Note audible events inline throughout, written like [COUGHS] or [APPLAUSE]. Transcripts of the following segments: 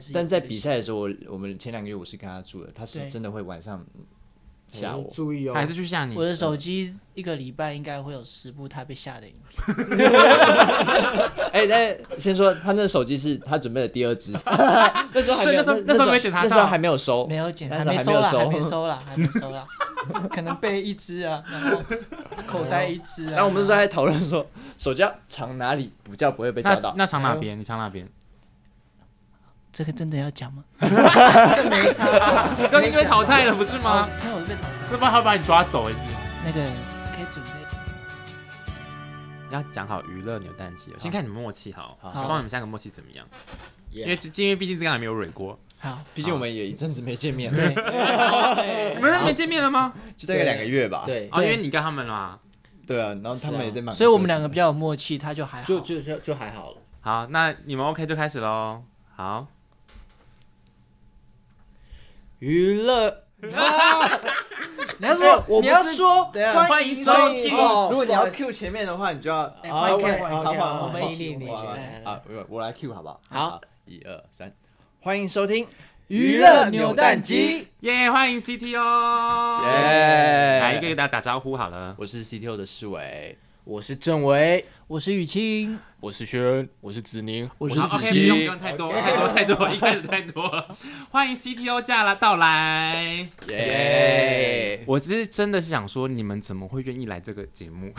是有但在比点赛的时候，我我们前两个月我是跟他住的，他是对哎真的会晚上嗯 [LAUGHS] 吓我。注意哦，还是去吓你？我的手机一个礼拜应该会有十部他被吓的影片，哎，但先说他那手机是他准备的第 [LAUGHS] 二只，那时候还没有所以那时候那时候没检查那时到候还没有收，没有剪，但还是没还收没有啦，收还没收啦，还没收啦，可能背一只啊，然后口袋一只啊。然后我们那时候还讨论说，手机要藏哪里比较不会被那抓到。那藏哪边？你藏哪边？这个真的要讲吗？这没差吧，刚已经被淘汰了，不是哦？？吗那我被淘汰，那不然他把你抓走哎，是不是？那个可以准备。你要讲好娱乐扭蛋机，哦我先看你们默契好，好我帮你们三个默契怎么样？因 Yeah 为因为毕竟这个还没有蕊过，好，毕竟我们也一阵子没见面，对，你们没见面了吗？就大概两个月吧。对，哦，因为你跟他们啦。对啊，然后他们也在忙，所以我们两个比较有默契，他就还好。就就就就还好了。好，那你们 OK 就开始喽。好，娱乐，你要哎说，哎我不是你要说，等一呃下欢迎收听。哦。如果你要 Q 前面的话，你就要哎好换一个 OK，换一好个好好好我们好一起，好你一起好来。来来啊，我我来 Q 好不好？好，一二三，欢迎收听娱乐扭蛋机，耶，欢迎 CT 哦。耶哎来一个给大家打招呼好了。我是 CTO 的世伟，我是郑维，我是雨清，我是轩，我是子宁，我好 OK，不用不用太多太多太多， [LAUGHS] 一开始太多了。欢迎 CTO 驾了到来。耶！ [LAUGHS] 我只是真的是想说，你们怎么会愿意来这个节目？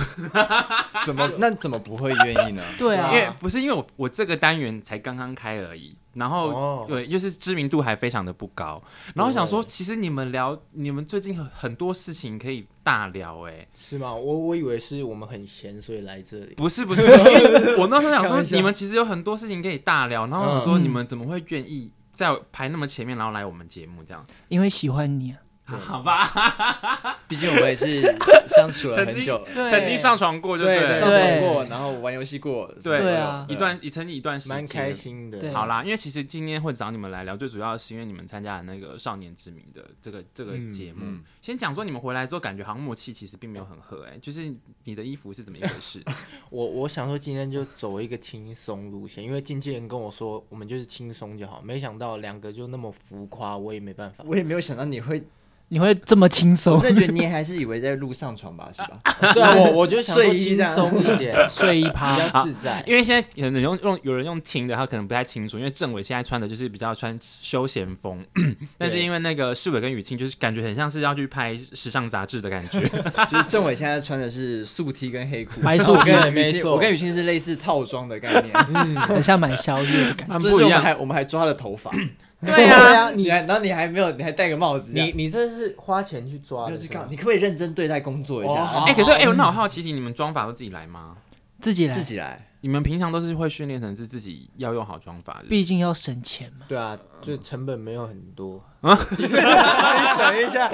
怎么那怎么不会愿意呢？对因啊，为不是因为我我这个单元才刚刚开而已，然后、哦对，又是知名度还非常的不高，然后我想说，其实你们聊，你们最近很很多事情可以大聊哎、是吗？我我以为是我们很闲，所以来这里。不是 [LAUGHS] 不是，因为我那时候想开说玩，笑你们其实有很多事情可以大聊，然后我想说嗯你们怎么会愿意在排那么前面，然后来我们节目这样？因为喜欢你啊。好吧，毕竟我们也是相处了曾很经久，对曾经上床过就对对上了，床过，然后玩游戏过，对什么的对啊一段也曾经一段时间蛮开。心的。对好啦，因为其实今天会找你们来聊，最主要是因为你们参加了那个《少年之名》的这个这个节目。嗯先讲说你们回来之后，感觉好像默契其实并没有很合、哎，就是你的衣服是怎么一回事？ [LAUGHS] 我我想说今天就走一个轻松路线，因为经纪人跟我说我们就是轻松就好，没想到两个就那么浮夸，我也没办 [LAUGHS] 法。我也没有想到你会，你会这么轻松我？真的觉得你还是以为在路上床吧，是吧？对啊，我我就想说睡衣轻这样松一点，睡衣比啊趴，较自在。因为现在可能用用有人用听的，他可能不太清楚，因为政委现在穿的就是比较穿休闲风， [COUGHS] 但是因为那个世伟跟雨庆就是感觉很像是要去拍时尚杂志的感 [LAUGHS] 觉， [LAUGHS] 就是政委现在穿的是素 T 跟黑裤，白素 T 我跟雨没欣，错我跟雨欣是类似套装的概 [LAUGHS] 念，很像买宵夜的感蛮就是不一我们样。还我们还抓了头发， [CLEARS THROAT] 对啊 [LAUGHS] 呀、呀、你还然后你还没有，你还戴个帽子这样，你你这是花钱去抓就的是是干吗，你可不可以认真对待工作一哦下？哎、可是哎、那我好奇，你们妆法都自己来吗？觉，自己来自，己来，你们平常都是会训练成是自己要用好妆法的？毕竟要省钱嘛。对啊，就成本没有很多。啊想一下，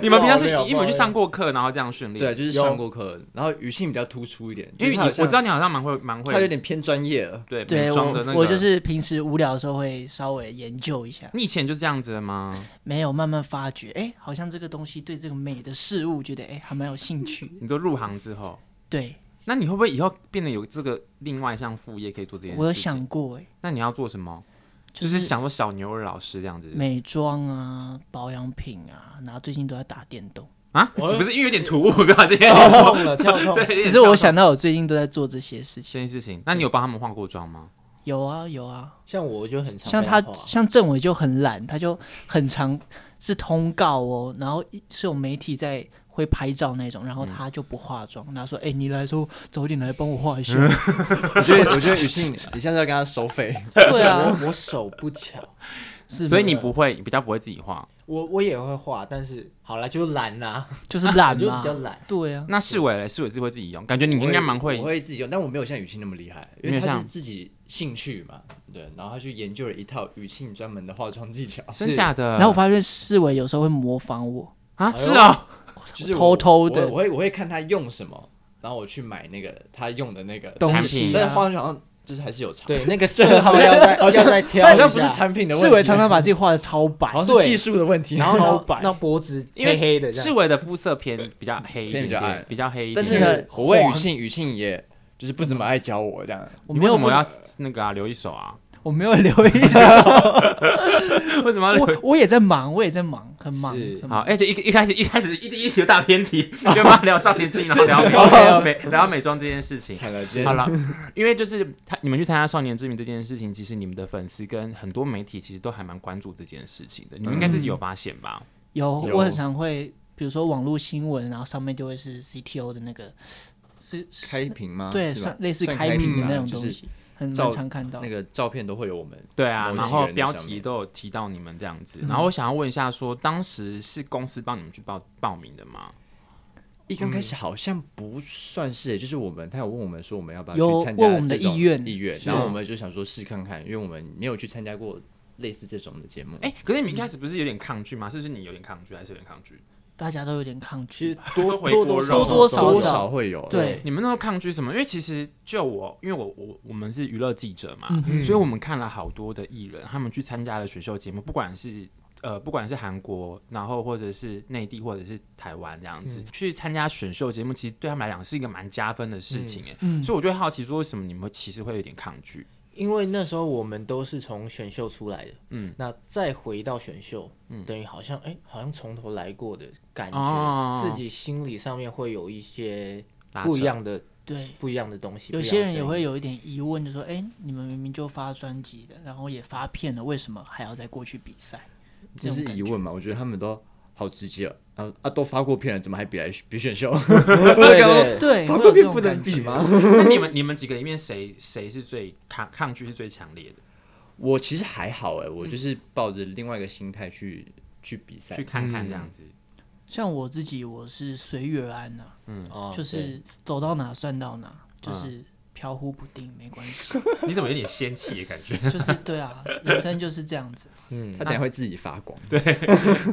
你们平爆料常是爆因为去上过课，然后这样训练？对，，就是上过课，然后语性比较突出一点，因为你就是他好像我知道你好像蛮会蛮会，他有点偏专业了，对对美我妆的那，个。我就是平时无聊的时候会稍微研究一下，你以前就这样子的吗？没有慢慢发觉，哎，好像这个东西对这个美的事物，觉得哎还蛮有兴 [LAUGHS] 趣。你都入行之后，对那你会不会以后变得有这个另外一项副业可以做这件事？我有想，过，哎，那你要做什么？就就是是想说小牛儿老师这样子美妆啊、保养品啊，然后最近都在打电动。啊？你不是因为有点突兀，不要这 [LAUGHS] 样。哦跳痛了，跳痛。对，只是我想到我最近都在做这些事情。这件事情，那你有帮他们化过妆吗？有啊有啊，像我就很常像被他画像政委就很懒，他就很常是通告哦，然后一是有媒体在会拍照那种，然后他就不化妆，他说：“哎、你来的时候早点来帮我化一下。我觉得我觉得语性，你下次要跟他收费，对啊， [LAUGHS] 我我手不巧，是所以的你不会，你比较不会自己画。我我也会画，但是好了就懒啦、就是 [LAUGHS] 懒我就嘛比较，懒。对啊，那世伟嘞，世伟是会自己用，感觉 [LAUGHS] 你应该蛮会我。会自己用，但我没有像雨欣那么厉害，因没为有他是像自己兴趣嘛，对，然后他去研究了一套语庆专门的化妆技巧，真假的？然后我发现世伟有时候会模仿我，啊，哎呦是哦，就是我偷偷的我我会我会看他用什么，然后我去买那个他用的那个东产西品但是啊、化妆好像就是还是有差，对，那个色号要再要再挑一 [LAUGHS] 好下，像不是产品的问题，世伟常常把自己画的超白，好像对是技术的问题，然后超那白那脖子因为黑黑的这世样。伟的肤色偏比较黑一偏比点较点暗，比较黑一但点是点。呢，我问晃雨庆，雨庆也就是不怎么爱教我这样，我你没为有什么不要那个啊留一手啊？ [LAUGHS] 我没有留意到，为什么要留我我也在忙，我也在忙，很忙。是很忙好，而且一一开始一开始一一题大 [LAUGHS] 偏题，就妈聊少年金，然后哦聊美美，聊美妆这件事情。惨了，今好天了，因为就是他你们去参加少年之名这件事情，其实你们的粉丝跟很多媒体其实都还蛮关注这件事情的，嗯你们应该自己有发现吧？有，有我很常会，比如说网络新闻，然后上面就会是 CTO 的那个，是是开屏吗？对，是算吧？类似算开屏的吧那种就东是西，很照蛮常看到那。个照片都会有我们。对啊，某然几后人的标上题面嗯都有提到你们这样子，然后我想要问一下说当时是公司帮你们去报报名的吗？一刚开始嗯好像不算是，欸就是我们他有问我们说我们要不要有去参加问我们的这种意愿意愿，是然后我们就想说试看看，因为我们没有去参加过类似这种的节目。哎、可是你们一开始不是有点抗拒吗？是不是你有点抗拒，还是有点抗拒？大家都有点抗其拒实，多多多多多多多少少多少会有对你们那时候抗拒什么？因为其实就我，因为我我我们是娱乐记者嗯嘛，哼所以我们看了好多的艺人，他们去参加了选秀节目，不管是。呃，不管是韩国，然后或者是内地，或者是台湾这样嗯子、去参加选秀节目，其实对他们来讲是一个蛮加分的事情哎、嗯所以我就会好奇说，为什么你们会其实会有点抗拒？因为那时候我们都是从选秀出来的，嗯嗯，那再回到选秀，等于好像哎、好像从头来过的感觉，哦自己心理上面会有一些拉扯不一样的对。不一样的东西。有些人不一也样的声 [LAUGHS] 会音有一点疑问，就说：“哎、你们明明就发专辑的，然后也发片了，为什么还要再过去比赛？”这种是感疑觉问嘛？我觉得他们都好直接哦啊啊，都发过片了，怎么还比来比选秀？ [LAUGHS] 对对对，发会过有这片种不能感比觉。吗？那你们你们几个里面谁谁是最抗抗拒是最强烈的？我其实还好哎，嗯我就是抱着另外一个心态去去比赛去。看看这样子，像我自己，我是随遇而安呐、哦就是走到哪算到哪，就是飘忽不定，没关 [LAUGHS] 系。 [LAUGHS] 你怎么有点仙气的感 [LAUGHS] 觉？就是对啊，人生就是这样子。他等下会自己发光。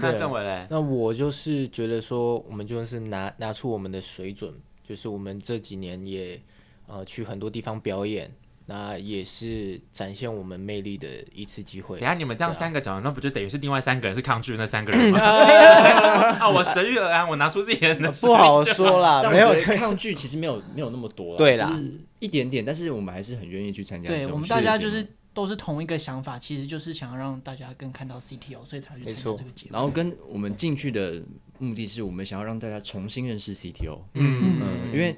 那郑伟嘞？那我就是觉得说，我们就是拿拿出我们的水准，就是我们这几年也呃去很多地方表演，那也是展现我们魅力的一次机会等一。下你们这样三个讲，那不就等于是另外三个人是抗拒的那三个人吗？ [LAUGHS] 三个人说啊，我随遇而安，我拿出自己 [LAUGHS] 人的实力不好 [LAUGHS] 说啊啦，但没我有觉得抗拒，其实没有没有那么多啦，对啦就是一点点，但是我们还是很愿意去参加这种对节目。我们大家就是都是同一个想法，其实就是想让大家更看到 CTO，所以才去参没加错这个节目。然后跟我们进去的目的是我们想要让大家重新认识 CTO，嗯嗯，因为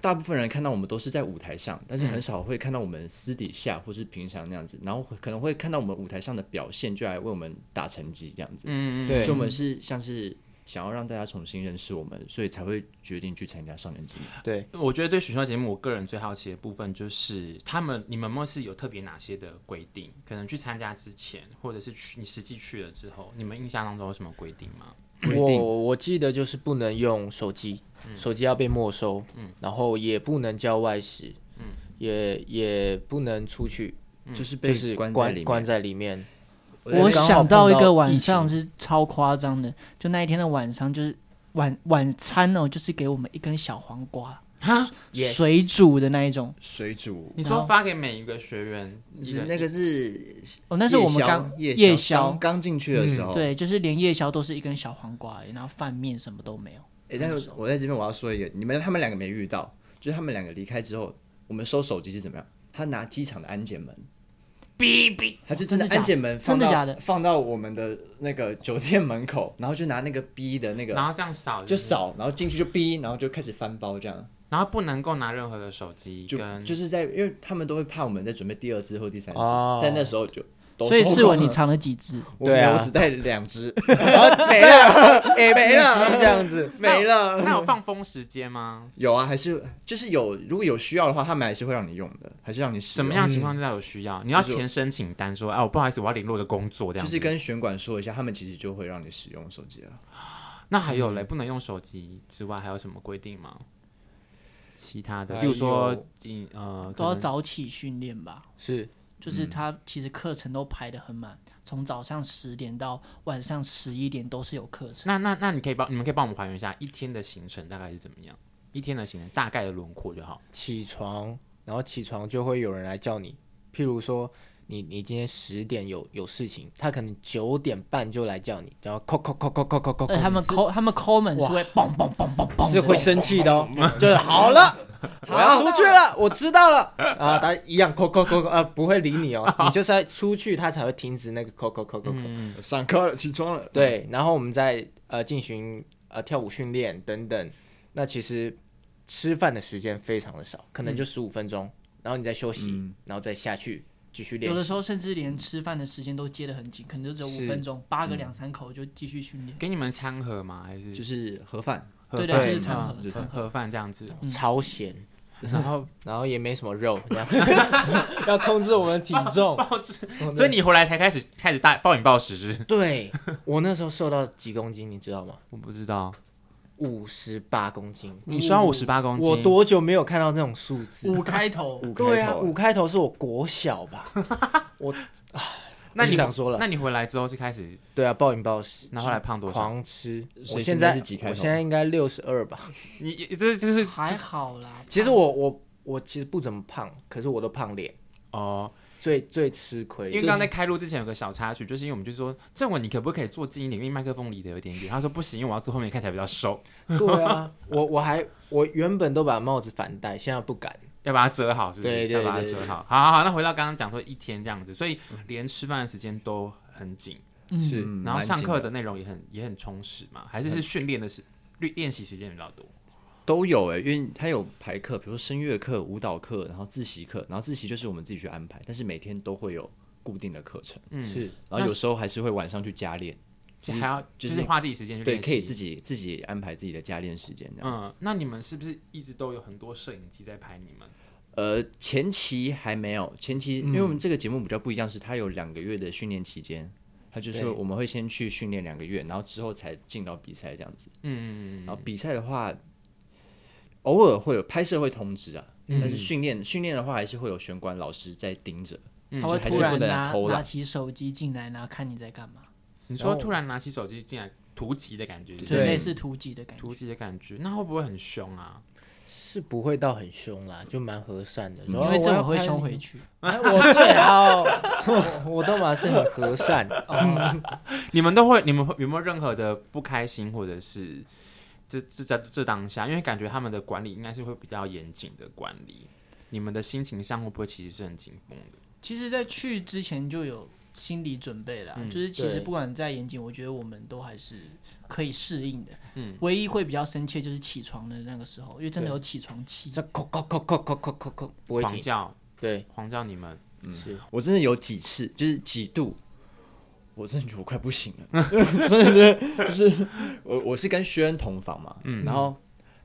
大部分人看到我们都是在舞台上，但是很少会看到我们私底下或是平常那样子，然后可能会看到我们舞台上的表现，就来为我们打成绩这样子，嗯，对所以我们是像是想要让大家重新认识我们，所以才会决定去参加少年之名。对，我觉得对选秀节目，我个人最好奇的部分就是他们你们有没有是有特别哪些的规定？可能去参加之前，或者是去你实际去了之后，你们印象当中有什么规定吗？我我记得就是不能用手机，手机要被没收，然后也不能叫外食，也也不能出去，嗯就是被就是关在里关面关在里面。我想到一个晚上刚好碰到疫情是超夸张的，就那一天的晚上就是晚晚餐哦，就是给我们一根小黄瓜，哈， Yes 水煮的那一种。水煮，你说发给每一个学员一是人那个是哦，那是我们刚夜夜宵宵嗯刚，刚进去的时候，对，就是连夜宵都是一根小黄瓜而已，然后饭面什么都没有。哎、但是我在这边我要说一个，你们他们两个没遇到，就是他们两个离开之后，我们收手机是怎么样？他拿机场的安检门，哔哔，他就真的哦真的假的安检门真放到的假的放到我们的那个酒店门口，然后就拿那个哔的那然个后这样扫就，扫，然后进去就哔，然后就开始翻包这样，然后不能够拿任何的手机就跟就是在因为他们都会怕我们在准备第二次或第三次，哦在那时候就都所以收是我光你了藏哦了几只？我没有对啊我只带两 [LAUGHS] 只，没了， [LAUGHS] 哎、没了，这样子没了。那有放风时间吗？有啊，还是就是有，如果有需要的话，他们还是会让你用的，还是让你使什用么样情况下有需要？你要填申请单说，哎，我不好意思，我要联络个工作这样就子。是跟选管说一下，他们其实就会让你使用手机啊了。那还有嘞，不能用手机之外，还有什么规定吗？其他的，还例如说有，嗯呃，都要可能早起训练吧，是就是他其实课程都排得很满，从早上十点到晚上十一点都是有课程。那那那你可以帮你们可以帮我们还原一下一天的行程大概是怎么样？一天的行程大概的轮廓就好。起床，然后起床就会有人来叫你，譬如说你你今天十点有有事情，他可能九点半就来叫你，然后扣扣扣扣扣扣扣而且他们抠他们抠门是会嘣嘣嘣嘣嘣的，是会生气的哦，就是好了，我要出去了，我知道了啊！他一样扣扣扣扣啊，不会理你哦，你就是要出去，他才会停止那个扣扣扣扣扣。嗯上课了，起床了。对，然后我们再呃进行呃跳舞训练等等。那其实吃饭的时间非常的少，可能就十五分钟，然后你再休息，然后再下去继续练有习。的时候甚至连吃饭的时间都接得很紧，可能就只有五是分钟，八个两三口就继续训练。给你们餐盒吗？还是就是盒饭，盒对饭对，就对是餐吗盒，餐盒。盒饭这样子？超咸，然后，然后也没什么肉，这样 [LAUGHS] 要控制我们的体重。所以你回来才开始开始大暴饮暴食是？对我那时候瘦到几公斤，你知道吗？我不知道，五十八公斤。 [LAUGHS] 你瘦五十八公斤，我多久没有看到这种数字？五开头，五对开啊，头五开头是我国小吧？我那你想说了那你回来之后是开始，对啊，暴饮暴食，那后来胖多少？狂吃。所以我现在在是几开头我现在应该六十二 [LAUGHS] 吧。你这这是还好啦。其实我我我其实不怎么胖，可是我都胖脸，哦，最最吃亏。因为刚刚在开录之前有个小插曲，就是因为我们就说郑文，你可不可以坐近一点，因为麦克风离得有点远。他说不行，因为我要坐后面看起来比较瘦，对啊，我我还我原本都把帽子反戴，现在不敢。要把它折好，是不是？对对要把它对折对好。好好好，那回到刚刚讲说一天这样子，所以连吃饭的时间都很紧，嗯，嗯然后蛮上紧课的的内容也很也很充实嘛，还是是训练的时练练习时间比较多。都有哎、因为他有排课，比如说声乐课、舞蹈课，然后自习课，然后自习就是我们自己去安排，但是每天都会有固定的课程，嗯，是然后有时候还是会晚上去加练，还要就就是是花自己时间去对，练可以习。自己自己安排自己的加练时间这样。嗯，那你们是不是一直都有很多摄影机在拍你们？呃，前期还没有，前期因为我们这个节目比较不一样，是它有两个月的训练期间，它就是对我们会先去训练两个月，然后之后才进到比赛这样子。嗯，然后比赛的话，偶尔会有拍摄会通知啊，但是训练训练的话还是会有玄关老师在盯着。他会还突是不然能拿偷懒拿起手机进来，然后看你在干嘛，你说突然拿起手机进来突击的感觉，就对类似突击的感觉突。击的感觉，那会不会很凶啊？是不会到很凶啦，就蛮和善嗯的。因因为这种会凶回去，哎我最好，我我都嘛是很 [LAUGHS] 和善。你们都会，你们会有没有任何的不开心，或者是这这这这当下，因为感觉他们的管理应该是会比较严谨的管理，你们的心情上会不会其实是很紧绷的？其实，在去之前就有心理准备啦，嗯就是其实对不管在严谨，我觉得我们都还是可以适应的。嗯，唯一会比较生气就是起床的那个时候，因为真的对有起床气。这扣扣扣扣扣扣扣扣不会狂停。叫，对，狂叫你们，是我真的有几次就是几度，我真的觉得我快不行 [LAUGHS] 了，真的觉得就是我我是跟薛恩同房嘛，嗯，然后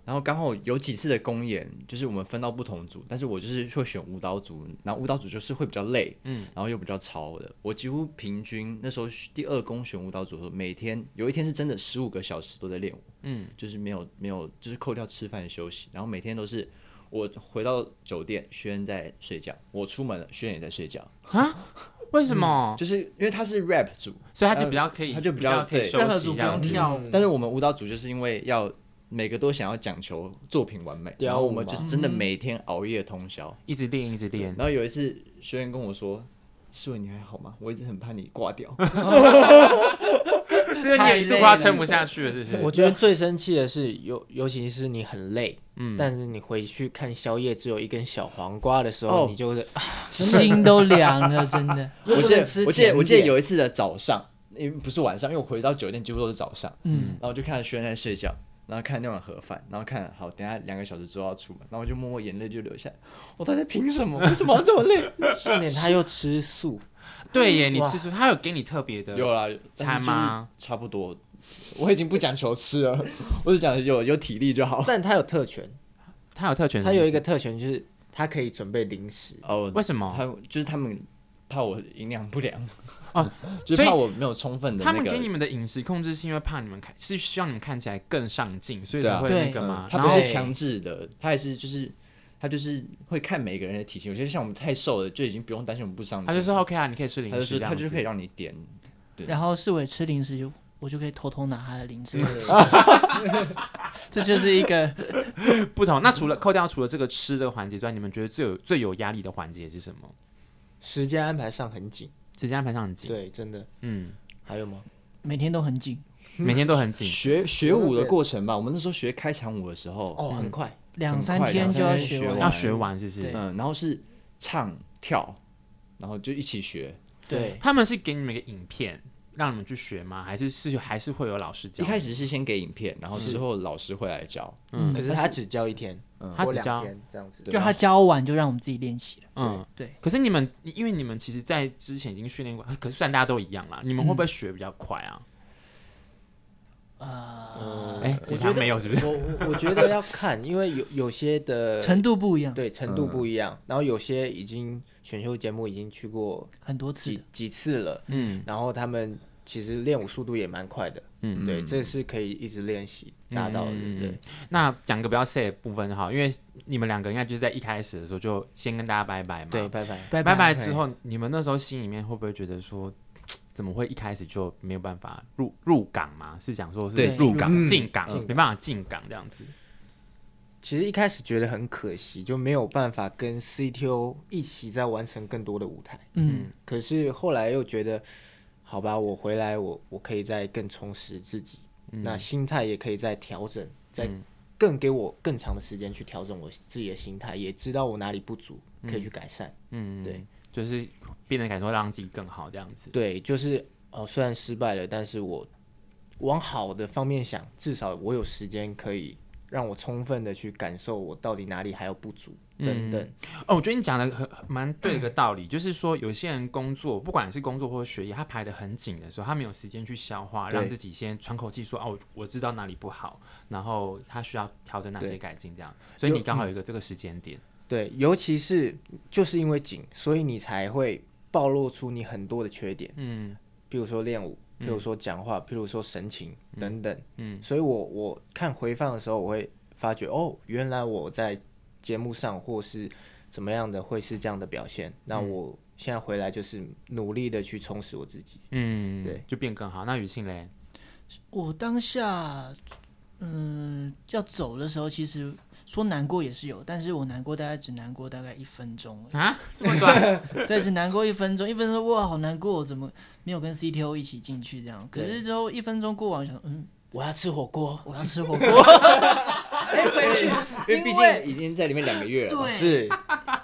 然后刚好有几次的公演，就是我们分到不同组，但是我就是会选舞蹈组，然后舞蹈组就是会比较累，嗯，然后又比较吵的，我几乎平均那时候第二公选舞蹈组的时候，每天有一天是真的十五个小时都在练舞，嗯，就是没有没有就是扣掉吃饭休息，然后每天都是。我回到酒店，薛恩在睡觉；我出门了，薛恩也在睡觉。为什么？就是因为他是 rap 组，嗯所以他就比较可以，他就比比较可以对休任何息组这不样用子。跳舞，但是我们舞蹈组就是因为要每个都想要讲求作品完美，然后我们就是真的每天熬夜通宵。一直练，一直练，然后有一次，学员跟我说：“世伟，你还好吗？我一直很怕你挂 [LAUGHS] 掉。这个你也一度快要撑不下去了，是不是？我觉得最生气的是，尤尤其是你很累，嗯但是你回去看宵夜只有一根小黄瓜的时候，哦你就是啊心都凉了， [LAUGHS] 真的。”我记能得吃，我记得，甜我记得点有一次的早上，因为不是晚上，因为我回到酒店几乎都是早上。嗯，然后我就看到轩在睡觉，然后看那碗盒饭，然后看好，等一下两个小时之后要出门，然后我就默默眼泪就流下来。我到底在凭什么？为什么要这么累？重点他又吃素，对耶，你吃素，他有给你特别的，有啦，餐吗？差不多，我已经不讲求吃了， [LAUGHS] 我只讲有有体力就好。但他有特权，他有特权，他有一个特权就是他可以准备零食。哦，为什么？他就是他们怕我营养不良哦， [LAUGHS] 就是怕所我没有充分的他那们个给。你们的饮食控制是因为怕你们看，是希望你们看起来更上进，所以对啊才会对那个嘛。他然不后是强制的，他还是就是他就是会看每个人的体型，有些像我们太瘦了就已经不用担心我们不上镜，他就说 OK 啊，你可以吃嗯零他就食说这他样就子可以。让你点，对然后世伟吃零食就。我就可以偷偷拿他的零食，这就是一个不同。嗯那除了扣掉除了这个吃这个环节之外，你们觉得最有最有压力的环节是什么？时间安排上很紧，时间安排上很紧，对，真的。嗯，还有吗？每天都很紧，每天都很 [LAUGHS] 紧。学学舞的过程吧，我们那时候学开场舞的时候，哦，很快，两三很快天两三就要天学学完啊完要学完是不是对？嗯，然后是唱跳，然后就一起学。对，他们是给你们一个影片让你们去学吗？还是是还是会有老师教？一开始是先给影片，然后之后老师会来教。嗯可是他只教一天，他或只两教天这样子，啊啊就他教完就让我们自己练习了。嗯。对，可是你们，因为你们其实，在之前已经训练过，可是虽然大家都一样啦，你们会嗯不会学比较快啊？嗯 [LAUGHS] 啊，哎，我觉得没有，是不是？嗯我我我觉得要看，因为有有些 [LAUGHS] 的程度不一样，对程度不一样，然后有些已经选秀节目已经去过很多次几的。几次了，嗯，然后他们其实练舞速度也蛮快的，嗯，对，这是可以一直练习达到的，嗯对，那讲个比较 sad 的部分哈，因为你们两个应该就是在一开始的时候就先跟大家拜拜嘛。对，，拜拜。拜拜拜拜，之后，你们那时候心里面会不会觉得说，怎么会一开始就没有办法入入港嘛？是讲说是对入港、嗯进港进，港没办法进港这样子。其实一开始觉得很可惜，就没有办法跟 CTO 一起再完成更多的舞台。嗯，可是后来又觉得，好吧，我回来我我可以再更充实自己，嗯那心态也可以再调整，再更给我更长的时间去调整我自己的心态，也知道我哪里不足，可以去改善。嗯，对，就是变得感受让自己更好这样子。对，就是呃，虽然失败了，但是我往好的方面想，至少我有时间可以让我充分的去感受我到底哪里还有不足等等。哦，我觉得你讲的很很蛮对的一个 [CLEARS THROAT] 道理，就是说有些人工作，不管是工作或者学业，他排得很紧的时候，他没有时间去消化，对让自己先喘口气，说哦，我我知道哪里不好，然后他需要调整哪些对嗯改进，这样。所以你刚好有一个这个时间点，对，尤其是就是因为紧，所以你才会暴露出你很多的缺点，嗯比如说练舞，比如说讲话，比如说神情等等。嗯，所以我我看回放的时候，我会发觉哦，原来我在节目上或是怎么样的会是这样的表现。那嗯我现在回来就是努力的去充实我自己。嗯，对，就变更好。那雨欣嘞，我当下，嗯，要走的时候，其实说难过也是有，但是我难过大概只难过大概一分钟而啊，这么短，已， [LAUGHS] 对，只难过一分钟，一分钟哇，好难过，怎么没有跟 CTO 一起进去这样？可是之后一分钟过完，想说嗯，我要吃火锅，我要吃火锅， [LAUGHS] 哎，回去，因因为毕为竟已经在里面两个月了嘛，对是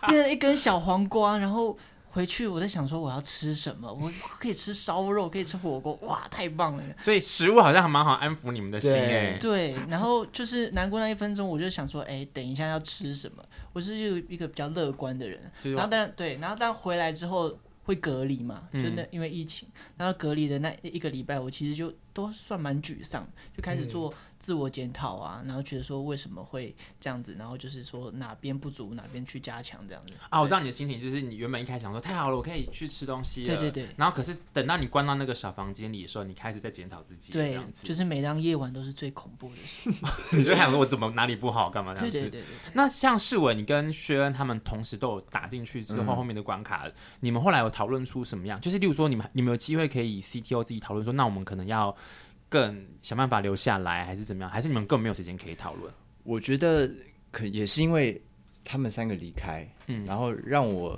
变了一根小黄瓜，然后回去我在想说我要吃什么，我可以吃烧肉，可以吃火锅，哇，太棒了！所以食物好像还蛮好安抚你们的心对哎。对，然后就是难过那一分钟，我就想说，哎，等一下要吃什么？我是有一个比较乐观的人，就是然后当然对，然后但回来之后会隔离嘛，就嗯那因为疫情，然后隔离的那一个礼拜，我其实就都算蛮沮丧，就开嗯始做自我检讨啊，然后觉得说为什么会这样子，然后就是说哪边不足，哪边去加强这样子。啊，我知道你的心情，就是你原本一开始想说太好了，我可以去吃东西了，对对对。然后可是等到你关到那个小房间里的时候，你开始在检讨自己，这对样，子，就是每当夜晚都是最恐怖的时候。 [LAUGHS] 你就想说我怎么哪里不好，干嘛这样对子？对对对，那像世伟，你跟薛恩他们同时都有打进去之后，后面的关卡，你们后来有讨论出什么样？就是例如说，你们你们有机会可以 CTO 自己讨论说，那我们可能要更想办法留下来，还是怎么样？还是你们更没有时间可以讨论？我觉得可也是因为他们三个离开，嗯，然后让我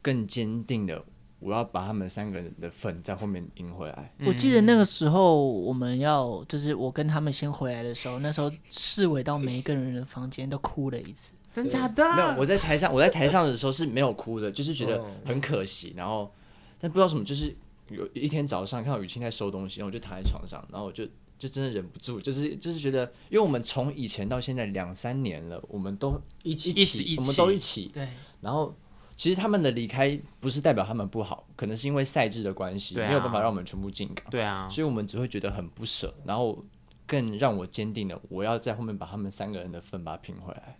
更坚定的，我要把他们三个人的份在后面赢回来。我记得那个时候我们要，就是我跟他们先回来的时候，那时候市委到每一个人的房间都哭了一次。真假的？没有，我在台上，我在台上的时候是没有哭的，就是觉得很可惜。然后，但不知道什么，就是有一天早上看到雨欣在收东西，然后我就躺在床上，然后我就就真的忍不住，就是就是觉得，因为我们从以前到现在两三年了，我们都一起一起一起我们都一起。对，然后，其实他们的离开不是代表他们不好，可能是因为赛制的关系，对啊没有办法让我们全部进港，对啊，所以我们只会觉得很不舍。然后。更让我坚定了，我要在后面把他们三个人的份把它拼回来。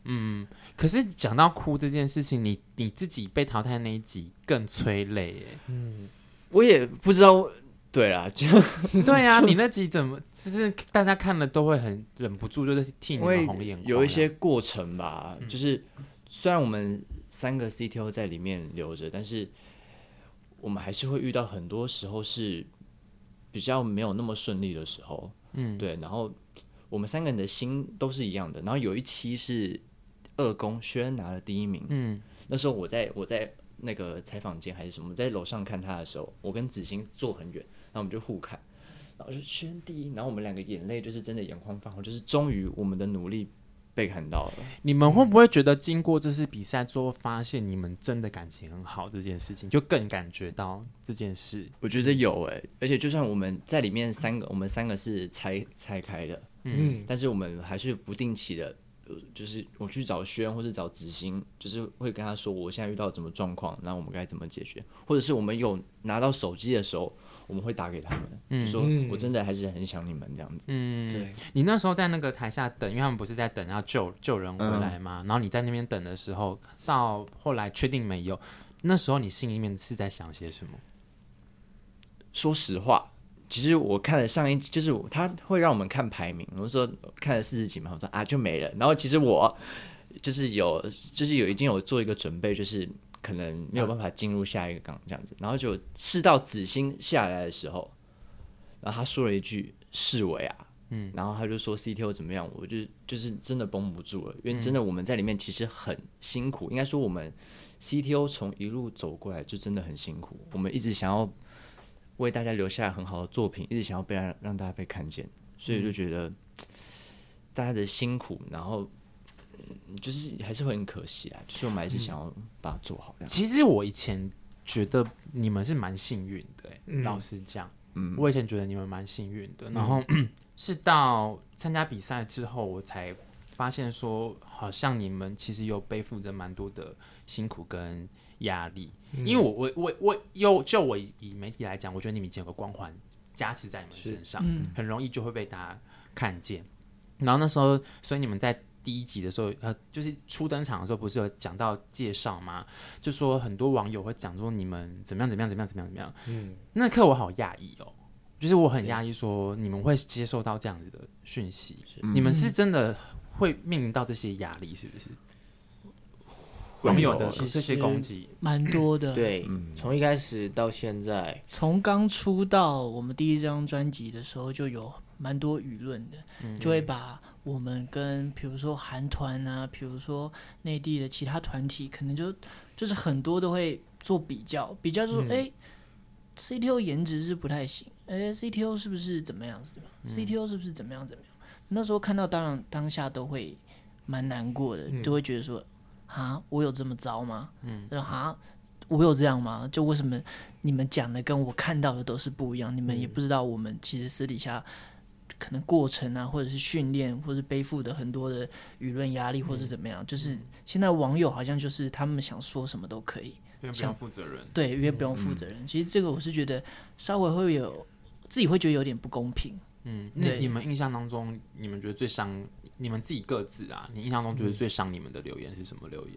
可是讲到哭这件事情，你你自己被淘汰那一集更催泪 [LAUGHS] 耶。我也不知道，对啦，就对啊，你那集怎么就是大家看了都会很忍不住，就是替你因为们红眼啊眶。嗯有一些过程吧，就是虽然我们三个 CTO 在里面留着，但是我们还是会遇到很多时候是比较没有那么顺利的时候。嗯，对。然后我们三个人的心都是一样的。然后有一期是二公轩拿了第一名，嗯，那时候我在我在那个采访间还是什么，在楼上看他的时候，我跟子欣坐很远，然后我们就互看，然后我就轩第一，然后我们两个眼泪就是真的眼眶泛红，就是终于我们的努力被看到了。你们会不会觉得经过这次比赛之后，发现你们真的感情很好这件事情，就更感觉到这件事？我觉得有哎、而且就算我们在里面三个，我们三个是拆拆开的，嗯，但是我们还是不定期的，呃就是我去找轩或者找子欣，就是会跟他说我现在遇到什么状况，然后我们该怎么解决，或者是我们有拿到手机的时候，我们会打给他们，就说我真的还是很想你们这样子，嗯，你那时候在那个台下等，因为他们不是在等要救救人回来嘛，嗯然后你在那边等的时候，到后来确定没有，那时候你心里面是在想些什么？说实话，其实我看了上一集，就是我他会让我们看排名，我说看了四十几嘛，我说啊就没了。然后其实我就是有，就是有已经有做一个准备，就是可能没有办法进入下一个岗这样子。然后就试到子欣下来的时候，然后他说了一句“是我呀”，嗯，然后他就说 CTO 怎么样，我就就是真的绷不住了，因为真的我们在里面其实很辛苦，应该说我们 CTO 从一路走过来就真的很辛苦，我们一直想要。为大家留下很好的作品，一直想要被让让大家被看见，所以就觉得、大家的辛苦，然后嗯就是还是会很可惜啊，就是我们还是想要把它做好这样。其实我以前觉得你们是蛮幸运的、欸，嗯老实讲，我以前觉得你们蛮幸运的，然后、是到参加比赛之后，我才发现说，好像你们其实有背负着蛮多的辛苦跟压力，嗯因为我我我我又就我以以媒体来讲，我觉得你们已经有个光环加持在你们身上，嗯很容易就会被大家看见。然后那时候，所以你们在第一集的时候，呃，就是初登场的时候，不是有讲到介绍吗？就说很多网友会讲说你们怎么样怎么样怎么样怎么样怎么样。嗯，那刻我好讶异哦，就是我很讶异说你们会接受到这样子的讯息，你们是真的会面临到这些压力，是不是？网友的其实这些攻击，蛮多的。，对，嗯从一开始到现在，从刚出道我们第一张专辑的时候就有蛮多舆论的，就会把我们跟比如说韩团啊，比如说内地的其他团体，可能就就是很多都会做比较，比较就说哎、c t o 颜值是不太行，哎、c t o 是不是怎么样子嘛、c t o 是不是怎么样怎么样？那时候看到，当然当下都会蛮难过的，就会觉得说啊，我有这么糟吗？嗯，啊，我有这样吗？就为什么？你们讲的跟我看到的都是不一样，你们也不知道我们其实私底下可能过程啊，或者是训练，或者是背负的很多的舆论压力，或者是怎么样。就是现在网友好像就是他们想说什么都可以，嗯不用负责任。对，因为不用负责任。其实这个我是觉得稍微会有自己会觉得有点不公平。嗯，那对你们印象当中，你们觉得最伤你们自己各自啊，你印象中觉得最伤你们的留言是什么留言？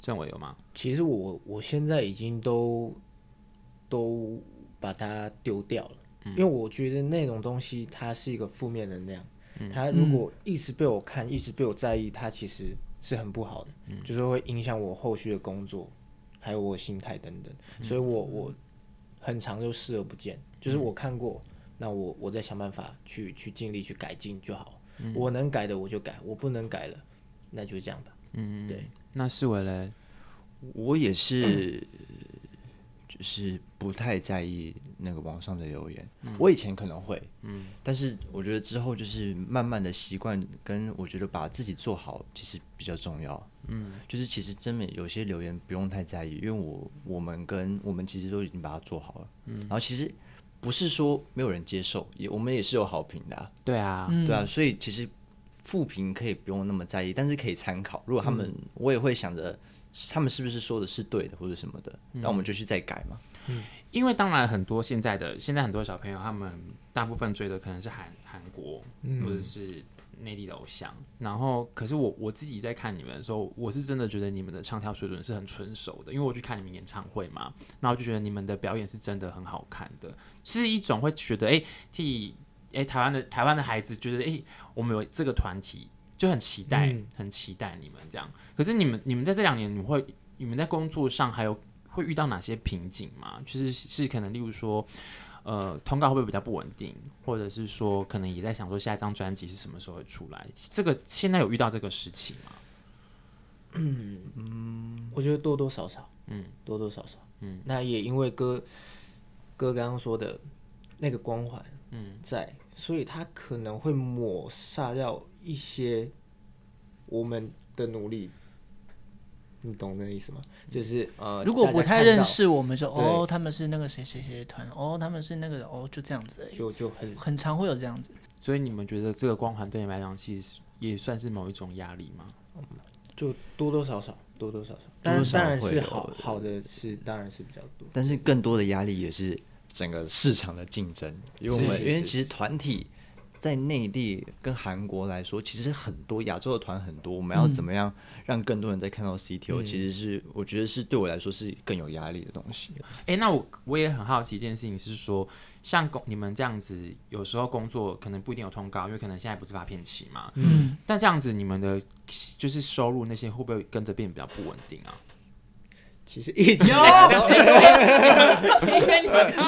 政委有吗？其实我我现在已经都都把它丢掉了，因为我觉得那种东西它是一个负面能量，它如果一直被我看，一直被我在意，它其实是很不好的，就是会影响我后续的工作，还有我的心态等等。所以我我很常就视而不见，就是我看过，那我我再想办法去去尽力去改进就好。我能改的我就改，我不能改了，那就这样吧。嗯，对。那世伟嘞，我也是，就是不太在意那个网上的留言。我以前可能会，嗯，但是我觉得之后就是慢慢的习惯，跟我觉得把自己做好其实比较重要。嗯，就是其实真的有些留言不用太在意，因为我我们跟我们其实都已经把它做好了。嗯，然后其实不是说没有人接受，也我们也是有好评的、啊。对啊，嗯对啊，所以其实负评可以不用那么在意，但是可以参考。如果他们，嗯我也会想着他们是不是说的是对的或者什么的，那嗯我们就去再改嘛。因为当然很多现在的现在很多小朋友，他们大部分追的可能是韩韩国、或者是内地的偶像。然后，可是我我自己在看你们的时候，我是真的觉得你们的唱跳水准是很纯熟的，因为我去看你们演唱会嘛，然后就觉得你们的表演是真的很好看的，是一种会觉得哎、替哎、台湾的台湾的孩子觉得哎、我们有这个团体就很期待、很期待你们这样。可是你们你们在这两年，你们会你们在工作上还有会遇到哪些瓶颈吗？就是是可能，例如说，呃，通告会不会比较不稳定，或者是说，可能也在想说下一张专辑是什么时候会出来？这个现在有遇到这个事情吗？我觉得多多少少，嗯，多多少少，嗯，那也因为哥哥刚刚说的那个光环，嗯，在，所以他可能会抹杀掉一些我们的努力，你懂那意思吗？就是呃，如果大家不太看到认识我们说，对哦，他们是那个谁谁谁的团，哦，他们是那个人，哦，就这样子而已，就就很很常会有这样子。所以你们觉得这个光环对你们来讲，其实也算是某一种压力吗？就多多少少多多少少，多当多然少当然会是有好好的是当然是比较多。但是更多的压力也是整个市场的竞争，因为我是们是因为其实团体在内地跟韩国来说，其实很多亚洲的团很多，我们要嗯怎么样让更多人再看到 CTO，、其实是我觉得是对我来说是更有压力的东西。 [LAUGHS] 哎、那我我也很好奇一件事情是说，像工你们这样子，有时候工作可能不一定有通告，因为可能现在不是发片期嘛。嗯，但这样子，你们的就是收入那些会不会跟着变比较不稳定啊？其实一直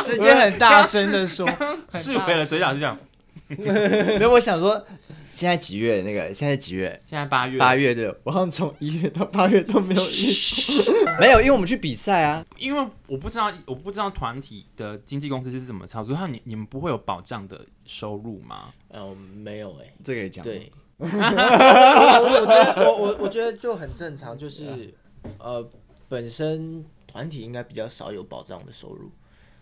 直接很大声的说，是为了嘴角是这样。没有，我想说现在几月？那个现在几月？现在八月，八月的，我好像从一月到八月都没有遇过，没有，因为我们去比赛啊，因为我不知道，我不知道团体的经纪公司是怎么操作，他你你们不会有保障的收入吗？嗯没有哎、这个也讲对，我我觉得我我我觉得就很正常，就是呃，本身团体应该比较少有保障的收入，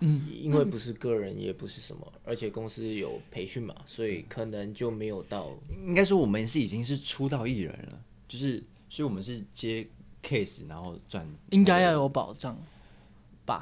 嗯，因为不是个人，也不是什么，而且公司有培训嘛，所以可能就没有到应该说我们是已经是出道艺人了，就是所以我们是接 case 然后赚， [LAUGHS] 应该要有保障。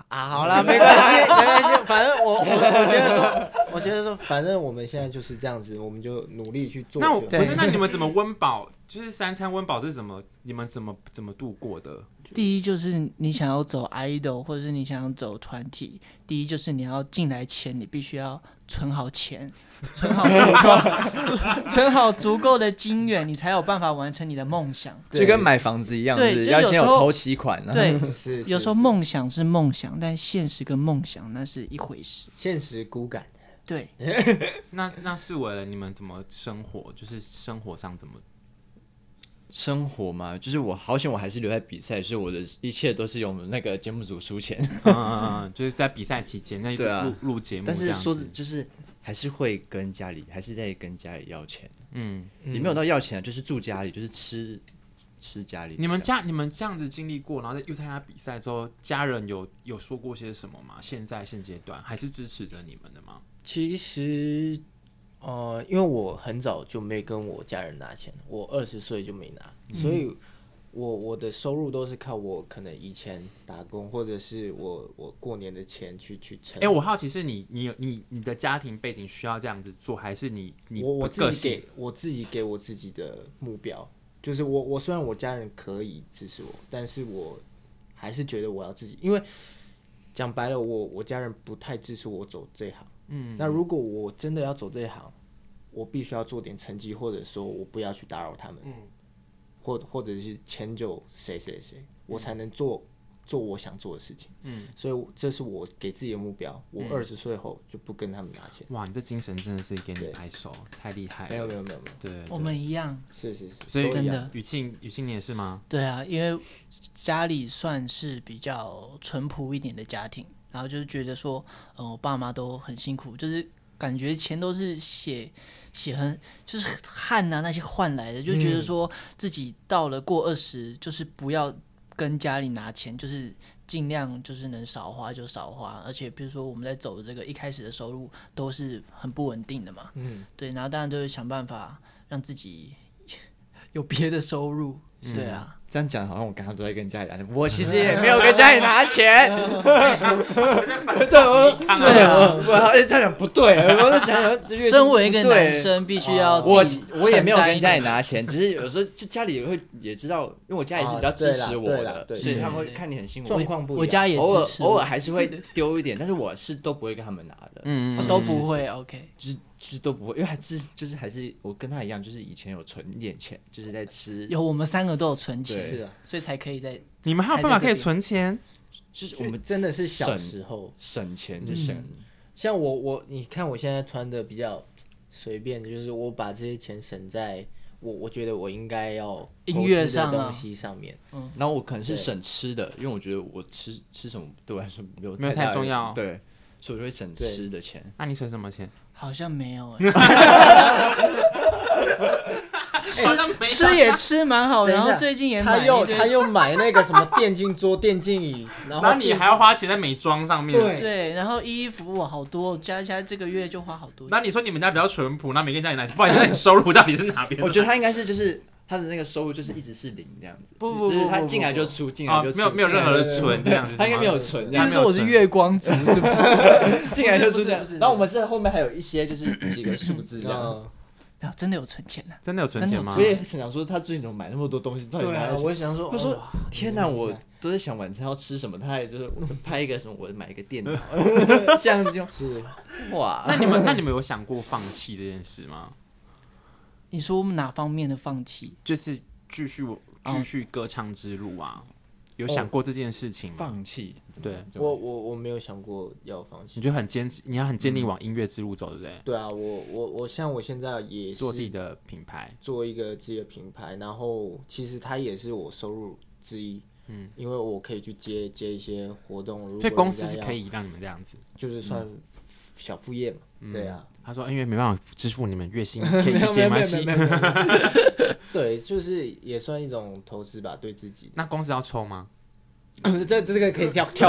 啊。好啦，没关系，没关系，反正我我我觉得说，我觉得说，反正我们现在就是这样子，我们就努力去做就那我好。不是，那你们怎么温饱？就是三餐温饱是怎么？你们怎么怎么度过的？第一就是你想要走 idol，或者是你想要走团体，第一就是你要进来前，你必须要存好钱， [LAUGHS] 存好足够，存存好足够的金元，你才有办法完成你的梦 [LAUGHS] 想。就跟买房子一样，对是不是就要有先有时候头期款，啊然后对，是有时候是梦想是梦想，但现实跟梦想那是一回事。现实骨感。对，那那是为了你们怎么生活？就是生活上怎么？ [LAUGHS] 生活嘛，就是我好险我还是留在比赛，所以我的一切都是用那个节目组出钱，嗯嗯嗯嗯，就是在比赛期间那对啊录录节目这但样子，是说就是还是会跟家里，还是在跟家里要钱，嗯，也没有到要钱啊，就是住家里，就是吃吃家里。你们家你们这样子经历过，然后又参加比赛之后，家人有有说过些什么吗？现在现阶段还是支持着你们的吗？其实，呃，因为我很早就没跟我家人拿钱，我二十岁就没拿，嗯所以我我的收入都是靠我可能以前打工，或者是我我过年的钱去去撑。哎、我好奇是你你有你你的家庭背景需要这样子做，还是你你我我个自己性？给我自己给我自己的目标，就是我我虽然我家人可以支持我，但是我还是觉得我要自己，因为讲白了，我我家人不太支持我走这一行。嗯，那如果我真的要走这一行，我必须要做点成绩，或者说我不要去打扰他们，嗯，或或者是迁就谁谁谁，我才能做。做我想做的事情，嗯，所以我这是我给自己的目标。我二十岁后就不跟他们拿钱，哇，你这精神真的是给你对拍手，太厉害了！没有没有没有没有，对，对，对我们一样。是是是，所以都一真样的雨庆雨庆你也是吗？对啊，因为家里算是比较淳朴一点的家庭，然后就是觉得说，呃，我爸妈都很辛苦，就是感觉钱都是血血很就是汗啊那些换来的，就觉得说自己到了过二十，就是不要跟家里拿钱，就是。尽量就是能少花就少花，而且比如说我们在走这个一开始的收入都是很不稳定的嘛，嗯，对，然后当然都会想办法让自己 [LAUGHS] 有别的收入，对啊，这样讲，好像我刚刚都在跟家里拿钱，我其 [LAUGHS] 实也没有跟家里拿钱。对啊，我好像这样讲不对，我在讲讲，越身为一个不对男，生，必须要我自己我也没有承担跟一家里点拿钱，只是有时候就家里会也知道，因为我家里是比较支持我哦对的啦对啦，对所以他们会对看你很辛苦。状况不一样。我家也偶尔支持我，偶尔还是会丢一点，但是我是都不会跟他们拿的，嗯我都不会。OK，就是就是都不会，因为还是就是还是我跟他一样，就是以前有存一点钱，就是在吃，有我们三个都有存钱，对是啊，所以才可以在你们还有办法可以存钱？就是我我们们真的是小省时候，省钱就省。像我我你看我现在穿的比较随便，就是我把这些钱省在我我觉得我应该要音乐投资的上啊东西上面。然后我可能是对省吃的，因为我觉得我吃吃什么对我来说没有没有太大太重要对，所以我就会省吃的钱。那你存什么钱？ [LAUGHS] 好像没有哎，吃吃也吃蛮好，等一然下后最近也他买又一他堆，又买那个什么电竞桌、电竞椅，然后然后你电还要花钱在美妆上面。对对，然后衣服我好多，加起来这个月就花好多。那你说你们家比较淳朴，那每个人家也来，不然那你收入到底是哪边来？我觉得他应该是就是他的那个收入就是一直是零这样子，不不不就是他不不进来就出，进啊来就，出没有没有任何的存这样子，他应该没有存这意样思子，是说我是月光族是不是？ [LAUGHS] 进来 [LAUGHS] 就不出是不是然后我们是后面还有一些就是几个数字这样，嗯，没有真的有存钱啊，真的有存钱吗我？也很想说他最近怎么买那么多东西，到底对哪啊来，我也想说，他说哦：“天嗯哪，我都在想晚餐要吃什么。”他也就是拍一个什么，我买一个 [LAUGHS] 电脑， [LAUGHS] 这样子就是哇那，你们那你们有想过放弃这件事吗？你说我们哪方面的放弃？就是继续哦继续歌唱之路啊，有想过这件事情吗？放弃。对，我我我没有想过要放你弃。就很坚持，你要很坚嗯定往音乐之路走，对不对？对啊，我我我像我现在也做自己是的品牌，做一个自己的品牌，然后其实它也是我收入之一。嗯，因为我可以去接接一些活动，如果所以公司人家是要可，以让你们这样子。就是算小副业嘛。对啊，他说，因为没办法支付你们月 [LAUGHS] 薪，可以去接吗？西，对，就是也算一种投资吧，对自己。 [LAUGHS] 那公司要抽吗？ [LAUGHS] 这这个可以跳跳。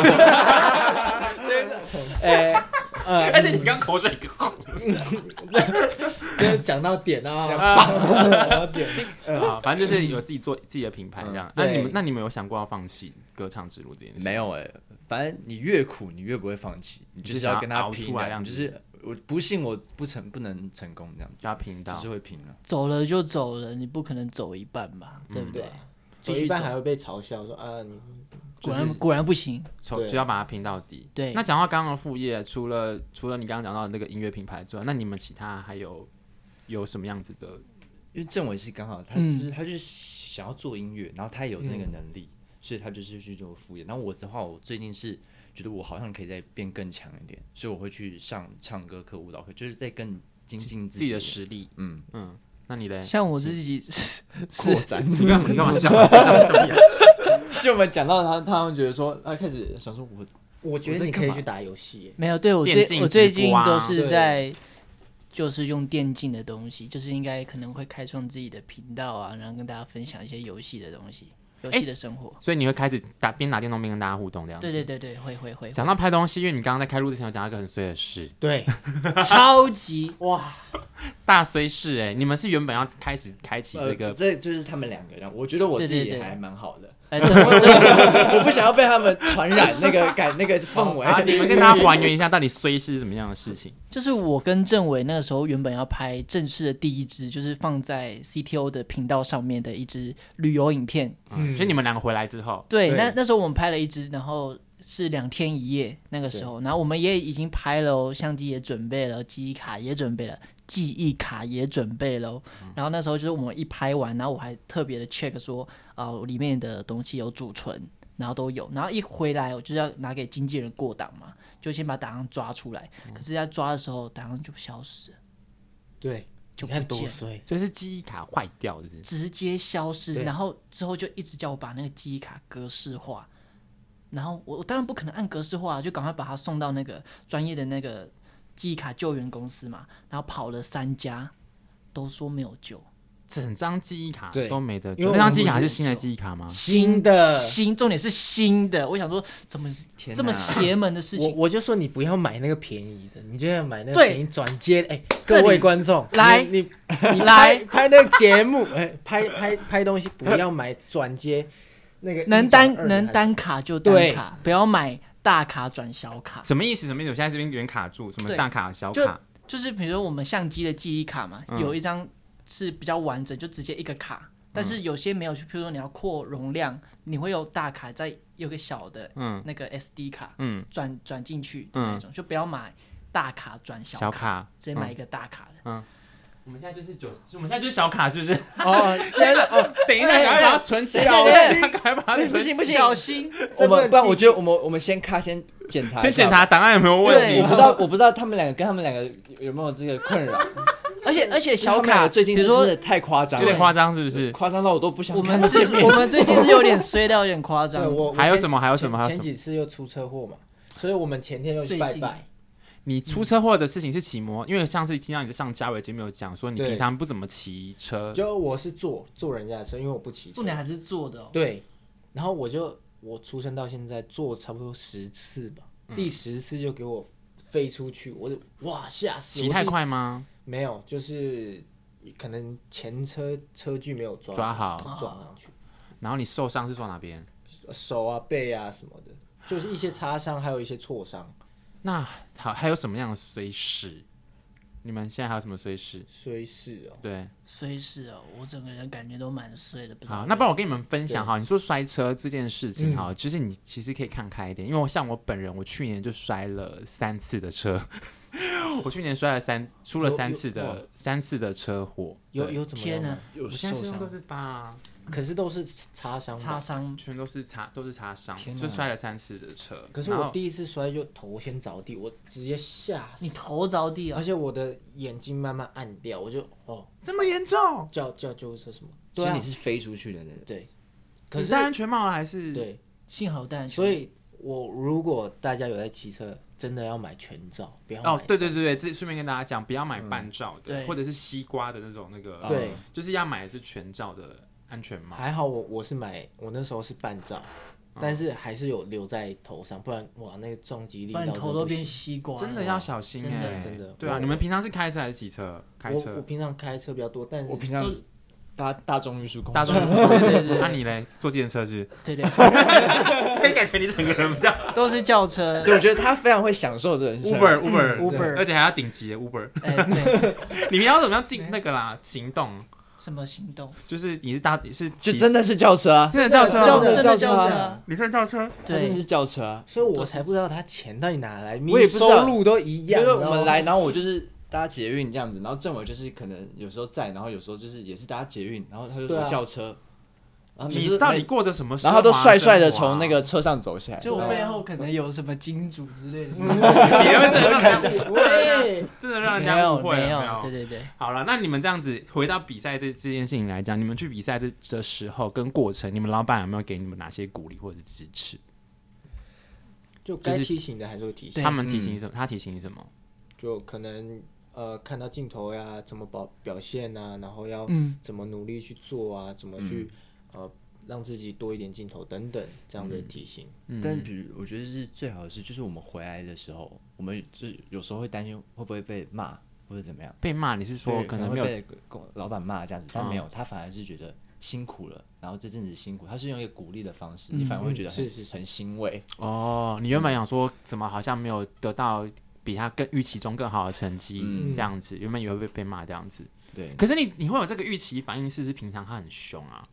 哎，而且你刚口水 [LAUGHS] 咳就是讲到点啊，啊， [LAUGHS] 反正就是有自己做自己的品牌这样嗯。那你们对那你们有想过要放弃歌唱之路这件事？没有哎、反正你越苦，你越不会放弃，你就是要跟他拼你就想要熬出来这的，样你子就是我不信我不成不能成功这样子，要频就道是会拼啊了。走了就走了，你不可能走一半吧，对不对？啊走一半还会被嘲笑说啊，你果然果然不行，抽对啊就要把它拼到底。对那讲到刚刚的副业，除了除了你刚刚讲到的那个音乐品牌之外，那你们其他还有有什么样子的？因为政委是刚好他就嗯是、他就是想要做音乐，然后他也有那个能力，嗯所以他就是去做副业。然后我的话，我最近是觉得我好像可以再变更强一点，所以我会去上唱歌课、舞蹈课，就是在更精进自己的事。实力。嗯嗯，那你嘞？像我自己是扩展。你干嘛？你干嘛笑啊？这样笑屁啊就我们讲到他，他们觉得说，他开始想说我，我觉我得在你干可以嘛去打游戏耶。没有，对我电最竞我最直近播啊都是对在，就是用电竞的东西，就是应该可能会开创自己的频道啊，然后跟大家分享一些游戏的东西，游戏的生活。所以你会开始打边打电动边跟大家互动这样子。对对对对，会会会，哎讲到拍东西，因为你刚刚在开录之前有讲到一个很衰的事，对，超级哇，大衰事哎、你们是原本要开始开启这个呃，这就是他们两个人。我觉得我对自对己也对还蛮好的， [LAUGHS] 哎，真的呃真的 [LAUGHS] 我不想要被他们传染那个感那个氛围。啊，你们跟大家还原一下到底衰是什么样的事情。就是我跟政委那个时候原本要拍正式的第一支，就是放在 CTO 的频道上面的一支旅游影片。嗯，所以你们两个回来之后，对，对那那时候我们拍了一支，然后是两天一夜那个时候，然后我们也已经拍了哦，相机也准备了，记忆卡也准备了。记忆卡也准备喽，然后那时候就是我们一拍完，然后我还特别的 check 说，呃，里面的东西有储存，然后都有，然后一回来我就要拿给经纪人过档嘛，就先把档案抓出来，可是，在抓的时候档案就消失了，对，就你看不多见了衰。所以是记忆卡坏掉，就是直接消失，对然后之后就一直叫我把那个记忆卡格式化，然后我我当然不可能按格式化，啊就赶快把它送到那个专业的那个记忆卡救援公司嘛，然后跑了三家，都说没有救，整张记忆卡对都没得因为救。那我张们记忆不卡是是新的记忆卡吗？新的，新重点是新的，我想说怎么天哪这么邪门的事我情，我就说你不要买那个便宜的，你就要买那个对便宜转接。哎，这里各位观众，来 [LAUGHS] 你你你来拍拍那个节目，哎，拍拍拍东西不要买转接那个能1转单二的能还是单卡就单对卡，不要买大卡转小卡。什么意思？什么意思？我现在这边有点卡住，什么对大卡、小就卡，就是比如说我们相机的记忆卡嘛，嗯有一张是比较完整，就直接一个卡。但嗯是有些没有，就譬如说你要扩容量，你会有大卡，再有个小的嗯那个 SD 卡嗯，转转进去的那种，就不要买大卡转小小卡，嗯直接买一个大卡的。我们现在就是九，我们现在就是小卡，是不是？ [LAUGHS] 哦，天哪，哦， [LAUGHS] 等一下，赶快把它存起来，小赶快把它存起来，不行，小心！我们不然，我觉得得我们我们先咔先检查，先检。查档案有没有我问不题。知道，我不知道他们两个跟他们两个有有没有这个困扰。而且而且他小们两卡，个最近比是如真说的太夸张有点了，夸张，是不是？夸张到我都不想我看们他是见面。我们最近是有点衰到有点夸张对，我还有我前什么还有什前么还有前什么几次又出车祸嘛，所以我们前天又去最拜近拜，你出车祸的事情是骑摩，因为上次听到你在上嘉伟节目有讲说你对平常不怎么骑车，就我是坐坐人家的车，因为我不骑车。重点还是做的哦。对，然后我就我出生到现在做差不多十次吧，第十次就给我飞出去，我就哇吓死！骑我太第快吗？没有，就是可能前车车距没有抓抓好撞上去，然后你受伤是受哪边？手啊背啊什么的，就是一些擦伤，还有一些挫伤。那好，还有什么样的虽事？你们现在还有什么虽事？虽是哦，对，虽是哦，我整个人感觉都蛮碎的，不知道好，为那什不然我么跟你们分享哈，你说摔车这件事嗯情哈，就是你其实可以看开一点，因为我像我本人，我去年就摔了三次的车， [LAUGHS] 我去年摔了三出了有三有次的三次的车祸，有对，有怎么天样哪吗？有我现在受身上都伤，是疤，啊可是都是擦伤吧，擦伤全都是擦都是擦伤，天哪就摔了三次的车，可是然我后第一次摔就头先着地，我直接吓死你，头着地哦而了，且我的眼睛慢慢暗掉，我就哦这么严重，叫叫救护车什么？所对以啊你，是飞出去的那种。对。可你是戴安全帽了还是？对，幸好但所以我如果大家有在骑车，真的要买全罩，不要哦买，对对对对，这顺便跟大家讲，不要买半罩的，对或者是西瓜的那种那个，嗯对，就是要买的是全罩的安全帽。还好我我是买我那时候是半罩，但是还是有留在头上，不然哇那个撞击力不道然你真的头都不变行西瓜了，哦真的要小心真的哎、真的对啊，我你们平常是开车还是骑车？开我我车。平常开车比较多，但是我平常都是搭大众运输工具，大众运输，那你嘞？坐计程车去？对对，感觉你整个人比 [LAUGHS] 较 [LAUGHS] 都是轿 [LAUGHS] 车， [LAUGHS] 对，我觉得他非常会享受人生。 Uber Uber 嗯 Uber 而且还要顶级的 Uber。 [LAUGHS] 哎对，你们要怎么样进那个啦？行动什么行动？就是你是搭是就骑真的是轿车啊，真的轿车真哦，的真的轿车轿啊车，你真的轿车？他真的对是，轿车啊。所以我才不知道他钱到底哪来，我也不知道收入都一因样。为你我知道们吗 [LAUGHS] 来， [LAUGHS] 然后我就是搭捷运这样子，然后政委就是可能有时候在，然后有时候就是也是搭捷运，然后他就对啊说轿车，然后每次你到底过的什么？然后他都帅帅的啊从那，个车上走下来，就对背后可能有什么金主之类的， [LAUGHS] 你会真的让人家喂，真的让人没家有误会了没没有，对对对，好了，那你们这样子回到比赛这这件事情来讲，你们去比赛的的时候跟过程，你们老板有没有给你们哪些鼓励或者支持？就该就是提醒的还是会提醒对，他们提醒嗯你什么？他提醒你什么？就可能呃看到镜头呀，怎么表表现啊，然后要嗯怎么努力去做啊，怎么去呃让自己多一点镜头等等这样的提醒。嗯但比如我觉得是最好的是，就是我们回来的时候，我们就是有时候会担心会不会被骂或者怎么样，被骂，你是说对可可能会没有嗯被公老板骂这样子，但没有，他反而是觉得辛苦了，然后这阵子辛苦，他是用一个鼓励的方式，你反而会觉得很嗯是是是很欣慰。哦？你原嗯本想说怎么好像没有得到比他更预期中更好的成绩、嗯这样子，原本以为被被骂这样子，对，可是你你会有这个预期反应，是不是平常他很凶啊？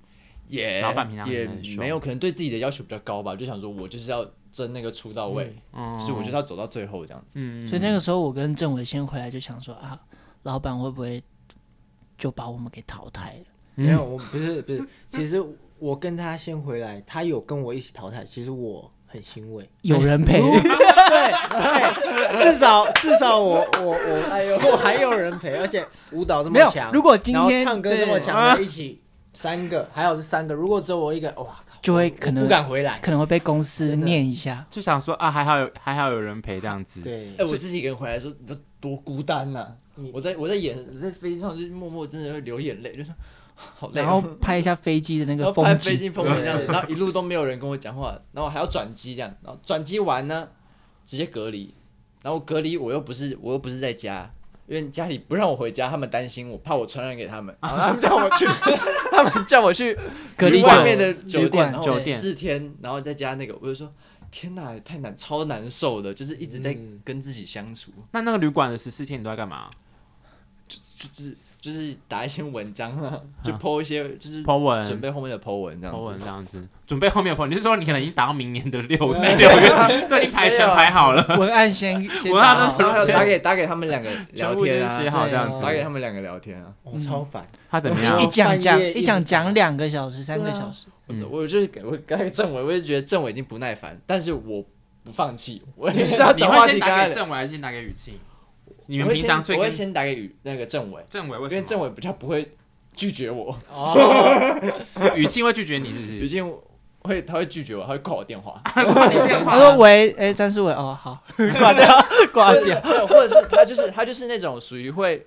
也老板平常也也很凶没有，可能对自己的要求比较高吧，就想说我就是要争那个出到位，嗯，就是我就是要走到最后这样子。嗯，所以那个时候我跟政委先回来就想说啊，老板会不会就把我们给淘汰了？嗯没有，我不是不是，其实我跟他先回来，他有跟我一起淘汰，其实我很欣慰，有人陪，至少至少我我我哎呦，我还有人陪，而且舞蹈这没么有强，如果今然后天唱歌这么对强，一起三个，还好是三个，如果只有我一个，哇靠，就会我可能不敢回来。可能会被公司念一下。就想说啊，还好有还好有人陪这样子，对哎、，我自己一个人回来的时候，你都多孤单呐、你我在我在演我在飞机上，就是默默真的会流眼泪，就是好累哦、然 [LAUGHS] 后拍一下飞机的那然个后拍风飞景，机风景这样子，然后一路都没有人跟我讲话，然后我还要转机这样，然后转机完呢，直接隔离，然后隔离我又不是我又不是在家，因为家里不让我回家，他们担心我，怕我传染给他们，然后他们叫我去，他们叫我去隔离去酒外面的酒旅馆店，然后酒店四天，然后再加那个，我就说天哪，也太难，超难受的，就是一直在嗯跟自己相处，那那个旅馆的十四天你都在干嘛？就是就是打一些文章啊， [LAUGHS] 就 po 一些就是抛文，准备后面的 po 文这样欧子文。这样子，准备后面的朋友，你是说你可能已经打到明年的六 [LAUGHS] 六月，都已经排前排好了，文案先 [LAUGHS] 先文案打好都然后还 [LAUGHS] 有打给打给他们两个聊天啊，全部先写好这样子打给他们两个聊天啊。我超烦，他怎么然后一样？讲讲半夜一直一讲讲两个小时、三个小时，嗯我就是给我刚才政委，我也觉得政委已经不耐烦，但是我不放弃，我也是要 [LAUGHS] 你找话会题跟先打他给聊。政委还是先打给雨庆？你你们平常睡我跟会先打给宇那个政委，政委，因为为什政委比较不会拒绝我，么？雨庆会拒绝你是不毕是？竟会他会拒绝我，他会挂我电话，他说喂，哎，詹士伟，哦，好，挂掉，啊挂掉。没有，或者是他就是他就是那种属于会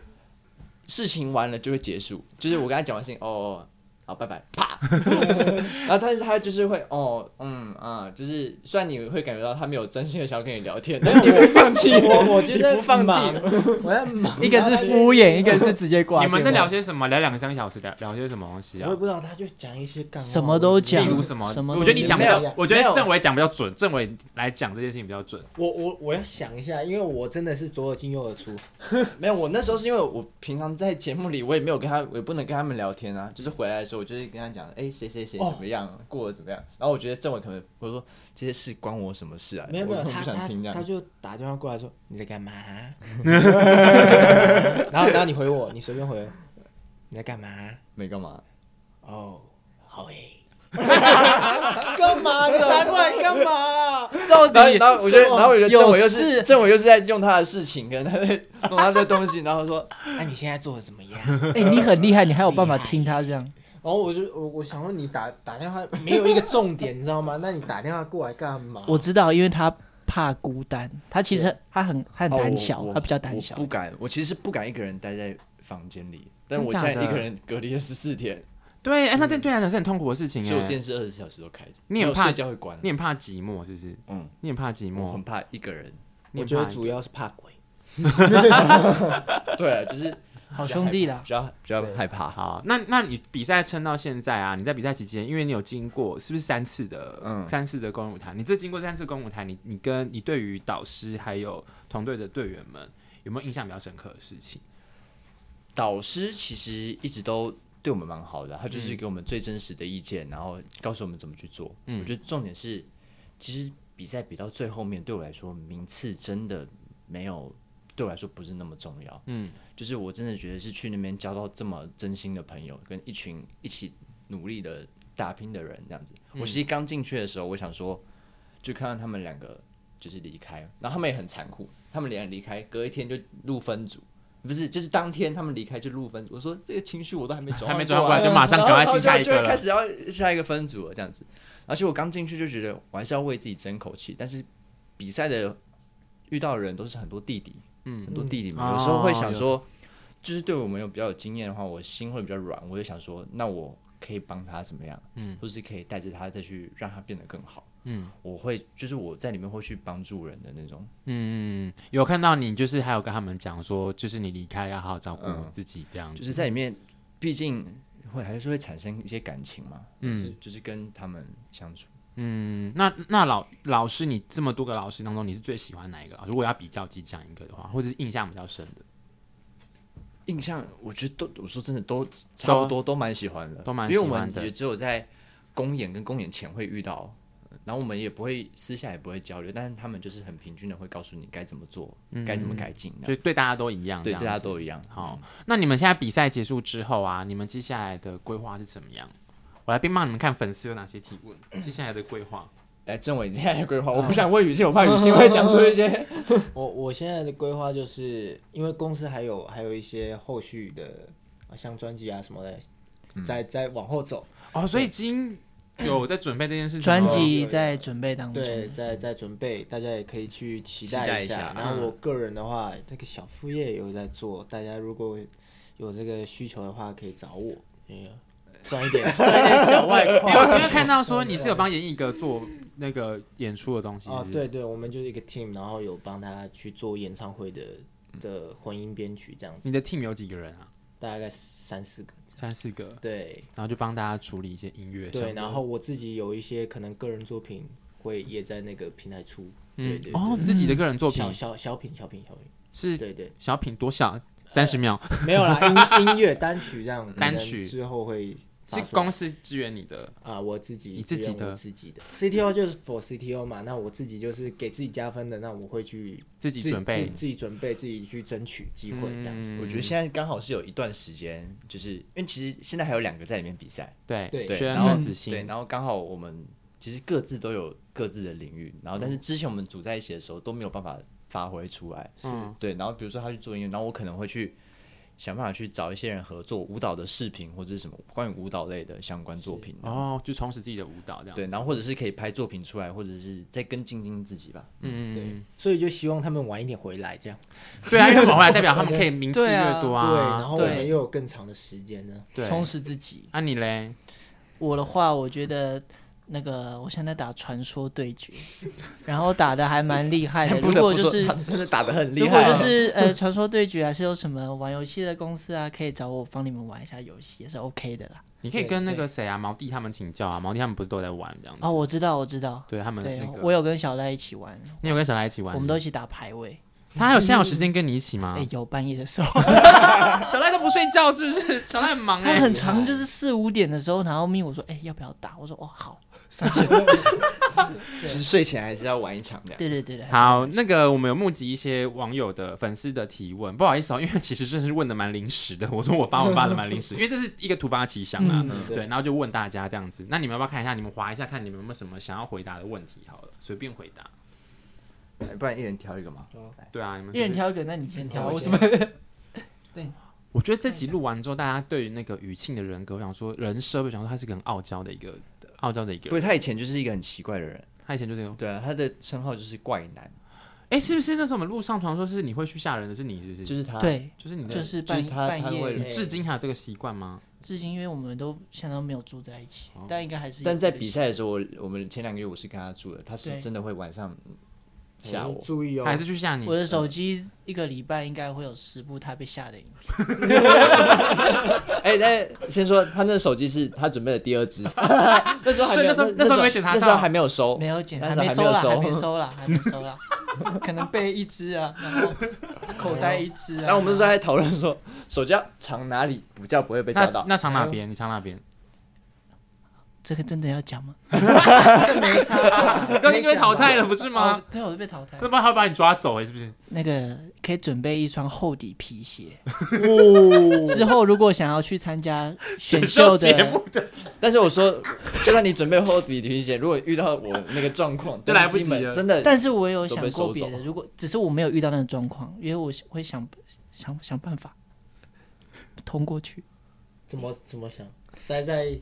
事情完了就会结束，就是我跟他讲完事情，哦哦，好，拜拜，啪。 [LAUGHS] 然后但是他就是会，哦，嗯啊，就是虽然你会感觉到他没有真心的想要跟你聊天，但是 [LAUGHS] 你不放弃，我我觉你不放弃，我在忙， [LAUGHS] 一个是敷衍，一个是直接挂你电话。们在聊些什么？聊两个三个小时，聊聊些什么东西啊我也？不知道，他就讲一些干话什么都讲例如什么？什么我觉得你讲比没有较，我觉没有得政委讲比较准，政委来讲这件事情比较准。我我我要想一下，因为我真的是左耳进右耳出，没有，我那时候是因为我平常在节目里，我也没有跟他，我也不能跟他们聊天啊。就是回来的时候，我就是跟他讲，哎、谁谁哦谁怎么样，过得怎么样。然后我觉得政委可能会说这些事关我什么事啊？没有没有，我根本他不想他听这他样。就打电话过来说你在干嘛？ [LAUGHS] 然后然后你回我，你随便回，你在干嘛？没干嘛？啊哦，好诶。干嘛呢？打过来干嘛啊？到然后底？然后我觉得，然后我觉得政委又有事 [LAUGHS] 是政委又是在用他的事情，跟他在弄他的东西，然后说那你现在做的怎么样？哎，你很厉害，你还有办法听他这样。 [LAUGHS] 然后我就我我想问你打打电话没有一个重点，你知道吗？那你打电话过来干嘛？我知道，因为他怕孤单，他其实他很他 [LAUGHS] 很胆小哦我，他比较胆小我。不敢，我其实不敢一个人待在房间里，但真我假现在的一个人隔离了十四天，对，哎，那这对他来讲是很痛苦的事嗯情所以我电哎。视二十四小时都开着，你也然后怕睡觉会关，你很怕寂寞，是不是？嗯，你很怕寂我寞很。怕一个人。我你很觉得怕主要是怕鬼。对 [LAUGHS] 啊，就是好兄弟啦比，较比较害怕。好，那那你比赛撑到现在啊？你在比赛期间，因为你有经过是不是三次的，嗯三次的公舞台？你这经过三次公舞台，你你跟你对于导师还有团队的队员们有没有印象比较深刻的事情？导师其实一直都对我们蛮好的，啊他嗯就是给我们最真实的意见，然后告诉我们怎么去做。嗯我觉得重点是，其实比赛比到最后面，对我来说名次真的没有，对我来说不是那么重要。嗯，就是我真的觉得是去那边交到这么真心的朋友，跟一群一起努力的打拼的人这样子。嗯我其实刚进去的时候，我想说，就看到他们两个就是离开，然后他们也很残酷，他们两个离开，隔一天就入分组。不是，就是当天他们离开就入分组。我说这个情绪我都还没转换啊，还没转换过来就马上赶 [LAUGHS] 快进下一个了哦然后就就开始要下一个分组了这样子。而且我刚进去就觉得我还是要为自己争口气，但是比赛的遇到的人都是很多弟弟，嗯，很多弟弟嘛，有嗯时候会想哦说，就是对我们有比较有经验的话，我心会比较软，我就想说，那我可以帮他怎么样，嗯，或是可以带着他再去让他变得更好，嗯，我会就是我在里面会去帮助人的那种，嗯，有看到你就是还有跟他们讲说，就是你离开要好好照顾嗯自己这样子，就是在里面，毕竟会还是会产生一些感情嘛，嗯，就是跟他们相处。嗯，那那老老师，你这么多个老师当中，你是最喜欢哪一个老师？如果要比较级讲一个的话，或者是印象比较深的，印象，我觉得都，我说真的，都差不多，都蛮喜欢的，都蛮因喜为欢我的们也只有在公演跟公演前会遇到，然后我们也不会私下也不会交流，但是他们就是很平均的会告诉你该怎么做，该怎么改进，这所样以对大家都一样。对，嗯这样大子家都一嗯样。好。那你们现在比赛结束之后啊，你们接下来的规划是怎么样？我来边帮你们看粉丝有哪些提问，接下来的规划。哎，政委现在的规划，我不想问雨欣，我怕雨欣会讲出一 [LAUGHS] 些。我我现在的规划就是因为公司还有还有一些后续的，啊像专辑啊什么的，在在往后走，哦，所以已经有在准备这件事情。专哦辑在准备当中。对，在在准备，大家也可以去期期待待一一下下。然嗯后我个人的话，这个小副业也有在做，大家如果有这个需求的话，可以找我，哎 [LAUGHS] 呀赚一点赚一点小外哎我今快。天看到说你是有帮严艺哥做那个演出的东西。 [LAUGHS] 哦是，不是对对，我们就是一个 team，然后有帮他去做演唱会的嗯的混音编曲这样子，你的 team 有几个人啊？大概三四个。三四个，对，然后就帮大家处理一些音乐上的。对，然后我自己有一些可能个人作品会也在那个平台出，对嗯对，哦，对自己的个人作品小小小品小品小品，是对对，小品多小？三十秒 [LAUGHS] 没有啦，音音乐单曲这样，可单能曲之后会发是出来公司支援你的，啊，我自己你自己只用我的自己的 CTO 就是 for CTO 嘛，那我自己就是给自己加分的，那我会去自己准备嗯自自己准备，自己去争取机会这样子，我觉得现在刚好是有一段时间，就是因为其实现在还有两个在里面比赛，对对对，轩然后和子对，欣，然后刚好我们其实各自都有各自的领域，然后但是之前我们组在一起的时候都没有办法发挥出来，嗯，对，然后比如说他去做音乐，然后我可能会去想办法去找一些人合作舞蹈的视频或者是什么关于舞蹈类的相关作品。哦，就充实自己的舞蹈这样。对，，然后或者是可以拍作品出来，或者是再更精进自己吧。嗯，所以就希望他们晚一点回来，这样对啊，因为往回来代表他们可以名次对啊越多对，然后我们对又有更长的时间呢。对，充实自己。啊，你嘞？我的话，我觉得那个我现在打传说对决，然后打的还蛮厉哎害的。 [LAUGHS] 不如得果不就说，是他真的打得很厉如果害啊。就是呃，传说对决还是有什么玩游戏的公司啊，可以找我帮你们玩一下游戏，也是 OK 的啦。你可以对跟那对个谁啊，毛弟他们请教啊，毛弟他们不是都在玩这样子？哦，我知道，我知道，对他们对那个，我有跟小赖一起玩，你有跟小赖一起玩？啊我们都一起打排位。他还有现在有时间跟你一起吗哎？，有半夜的时候，小赖都不睡觉是不是？小赖很忙他哎，很长，就是四五点的时候，然后咪我说，哎，要不要打？我说，哦，好。就是睡前还是要玩一场的。 [LAUGHS] 对对对对，还是好，那个我们有募集一些网友的粉丝的提问，不好意思哦，因为其实真的是问的蛮临时的。我说我发文发的 [LAUGHS] 蛮临时，因为这是一个突发奇想啊，嗯对，然后就问大家这样子。那你们要不要看一下？你们划一下，看你们有没有什么想要回答的问题？好了，随便回答。哎不然一人挑一个嘛。哦对啊，你们一人。挑一个，那你先挑。我我先什么？我觉得这集录完之后，大家对于那个雨庆的人格，我想说人设，我想说他是个很傲娇的一个傲娇的一个不人。是，他以前就是一个很奇怪的人。他以前就是有，对啊，他的称号就是怪男，哎，是不是那时候我们录上床说是你会去吓人的是你，是不是？就是他。对，就是你就的，是半就是他他半会夜，至今还有这个习惯吗？至今因为我们都相当没有住在一起，但应该还是有但在这个比习赛的时候，我我们前两个月我是跟他住的，他对是真的会晚上哎嗯 [LAUGHS] 吓我。注意哦啊还是去吓你？我的手机一个礼拜应该会有十部他被吓的影片。哎，但先说他那手机是他准备的第二 [LAUGHS] 只，那时候还没有，所以那时候那时候没检查到那时候还没有收哦没。有剪，但还是没还没收有啦，收还没收啦，还没收啦，可能背一只啊，然后口袋一只啊。然后 [LAUGHS] 我们那时候还讨论说，手机要藏哪里比较不会被那抓到。那藏哪边？你藏哪边？这个真的要讲吗？这没差吧，刚刚就被淘汰了，不是是吗？？对，我就被淘汰那。不然他会把你抓走哎，是不是？那个可以准备一双厚底皮鞋，之后如果想要去参加选秀选秀节的， [LAUGHS] 但是我说，就算你准备厚底皮鞋，如果遇到我那个状况，就来不登及机门了真的，但是我有都想被过收别走的，如果只是我没有遇到那种状况，因为我会想想想办法通过去。怎么怎么想？塞在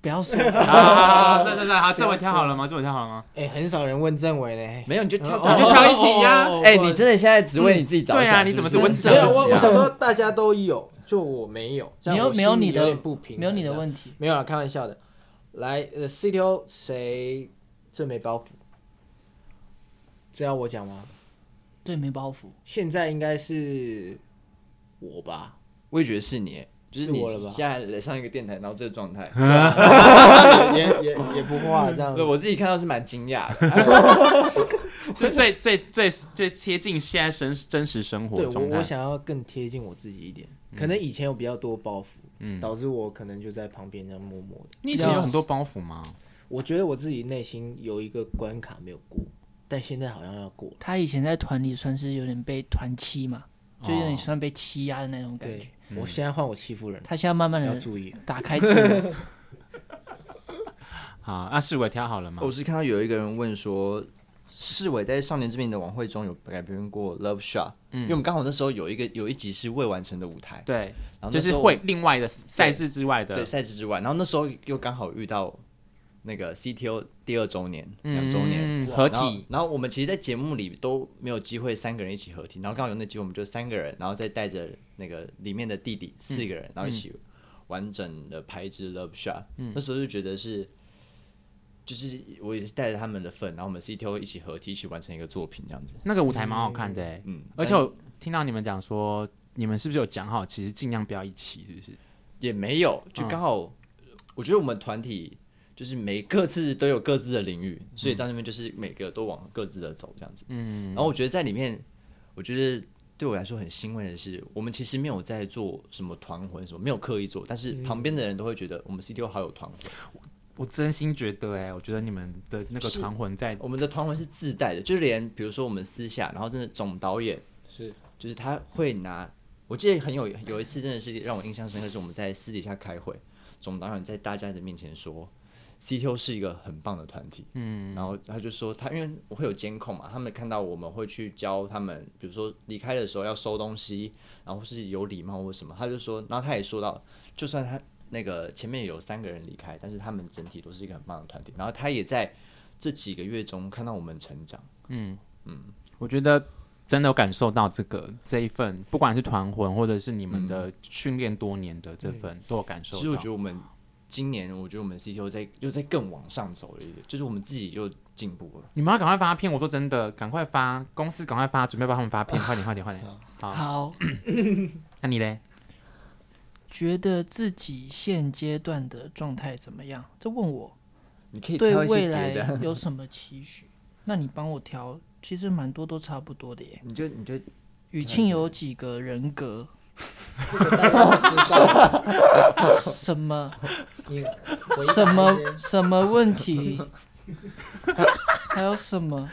不要说， [LAUGHS] 啊，算算算，好，这我挑好了吗？这我挑好了吗？哎，很少人问政委嘞。没有你就跳哦到你就挑一题呀哎、你真的现在只为你自己着想？对啊你是不怎么是只没为自己有，着我想我想说大家都有，就我没有，这样没有我没有心里你的有点不平衡，没有你的题，问题。没有啦，开玩笑的。来，呃，CTO 谁最没包袱？这要我讲吗？对，没包袱。现在应该 [LAUGHS] 是我吧，我也觉得是你，就是是你我了吧现在来上一个电台，然后这个状态，也也也不画这 [LAUGHS] 样对子。我自己看到是蛮惊讶的。就最最最最贴近现在生真实生活对的我状我态。嗯想要更贴近我自己一点，可能以前有比较多包袱，导致我可能就在旁边这样默默的。你以前有很多包袱吗？我觉得我自己内心有一个关卡没有过，但现在好像要过。他以前在团里算是有点被团欺嘛，就有点哦算被欺压的那种感觉对。，嗯我现在换我欺负人，他现在慢嗯慢要的注 [LAUGHS] 意。打开自 [LAUGHS] 我，好，啊，是我挑好了吗 [LAUGHS] 我？是看到有一个人问说，世伟在少年之名的晚会中有改编过《Love Shot》，因为我们刚好那时候有一个有一集是未完成的舞台，对，然后那就时是候会另外的赛制之外对的，赛制之外，然后那时候又刚好遇到那个 CTO 第二周年两周年。嗯合然后体，，然后我们其实，在节目里都没有机会三个人一起合体。然后刚好有那集，我们就三个人，然后再带着那个里面的弟嗯弟四个人，然后一起完整的拍一支 Love Shot、那嗯时候就觉得是，就是我也是带着他们的份，然后我们 CTO 一起合体，一起完成一个作品这样子。那个舞台蛮好看的欸，嗯，而且我听到你们讲说，你们是不是有讲好，其实尽量不要一起，是不是？也没有，就刚好，我觉得我们团体就是每各自都有各自的领域，所以到那边就是每个都往各自的走这样子。嗯，然后我觉得在里面，我觉得对我来说很欣慰的是，我们其实没有在做什么团魂什么，没有刻意做，但是旁边的人都会觉得我们 CTO 好有团魂，我真心觉得，哎，我觉得你们的那个是团魂在我们的团魂是自带的，就连比如说我们私下，然后真的总导演是，就是他会拿，我记得很有有一次真的是让我印象深刻，是我们在私底下开会，总导演在大家的面前说 CTO 是一个很棒的团体，嗯，然后他就说他因为我会有监控嘛，他们看到我们会去教他们，比如说离开的时候要收东西，然后是有礼貌或什么，他就说，然后他也说到，就算他那个前面有三个人离开，但是他们整体都是一个很棒的团体，然后他也在这几个月中看到我们成长，我觉得真的有感受到这个这一份，不管是团魂或者是你们的训练多年的这份，都有感受其到。实我觉得我们今年，我觉得我们 CTO 在又在更往上走了一点，就是我们自己又进步了。你们要赶快发片，我说真的，赶快发，公司赶快发，准备帮他们发片，快点，快点，快点。 [LAUGHS] 好，好，那你嘞？觉得自己现阶段的状态怎么样？这问我你可以对挑一未些别来的，有什么期许？那你帮我挑，其实蛮多都差不多的耶。 [LAUGHS] 你就你就雨庆有几个人格？什么 [LAUGHS] 你什么什么问 [LAUGHS] 题？还有什么？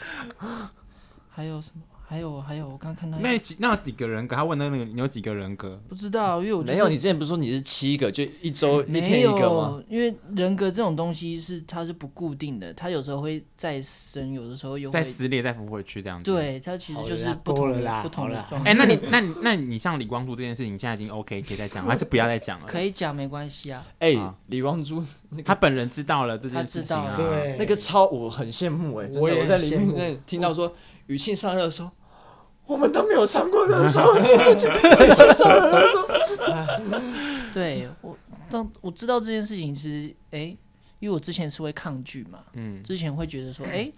还有什么？还有还有，我刚看到一个那几那几个人格？他问那个你有几个人格？不知道，因为我、就是、没有，你之前不是说你是七个，就一周一没天一个吗？有，因为人格这种东西是它是不固定的，它有时候会再生，有的时候又再会撕裂，再扶回去这样子。。对，它其实就是好了啦不同够了啦的不同好的了状态。哎、那你那你那你像李光洙这件事情，你现在已经 OK，可以再讲，还是不要再讲了？ [LAUGHS] 可，以讲没关系啊，哎啊，李光洙他本人知道了这件他事知情道啊。对那个超我很羡慕哎，真的我也我在里很羡面慕真的听到说雨庆上热搜，我们都没有上过热搜，这这这没有上过热搜。对我当我知道这件事情其实哎、因为我之前是会抗拒嘛，嗯，之前会觉得说哎。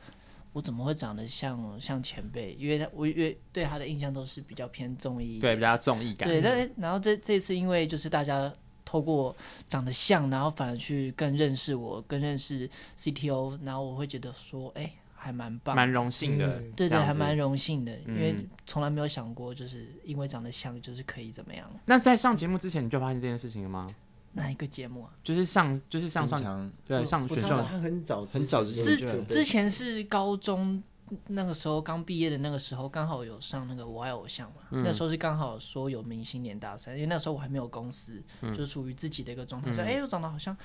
我怎么会长得像像前辈？因为他我因为对他的印象都是比较偏综艺一点，对，比较综艺感。对，但然后这这次因为就是大家透过长得像，然后反而去更认识我，更认识 CTO，然后我会觉得说，哎、还蛮棒，蛮荣幸的。嗯对这对，样还子蛮荣幸的，因为嗯从来没有想过，就是因为长得像，就是可以怎么样？那在上节目之前，你就发现这件事情了吗？哪一个节目啊？就是上，就是上平上，常对，上我选知秀道，他很早很早之前就之这准备之前是高中那个时候刚毕业的那个时候，刚好有上那个《我爱偶像》嘛，嗯那时候是刚好说有明星年大赛，因为那时候我还没有公司，嗯就是属于自己的一个状态，说哎、我长得好像，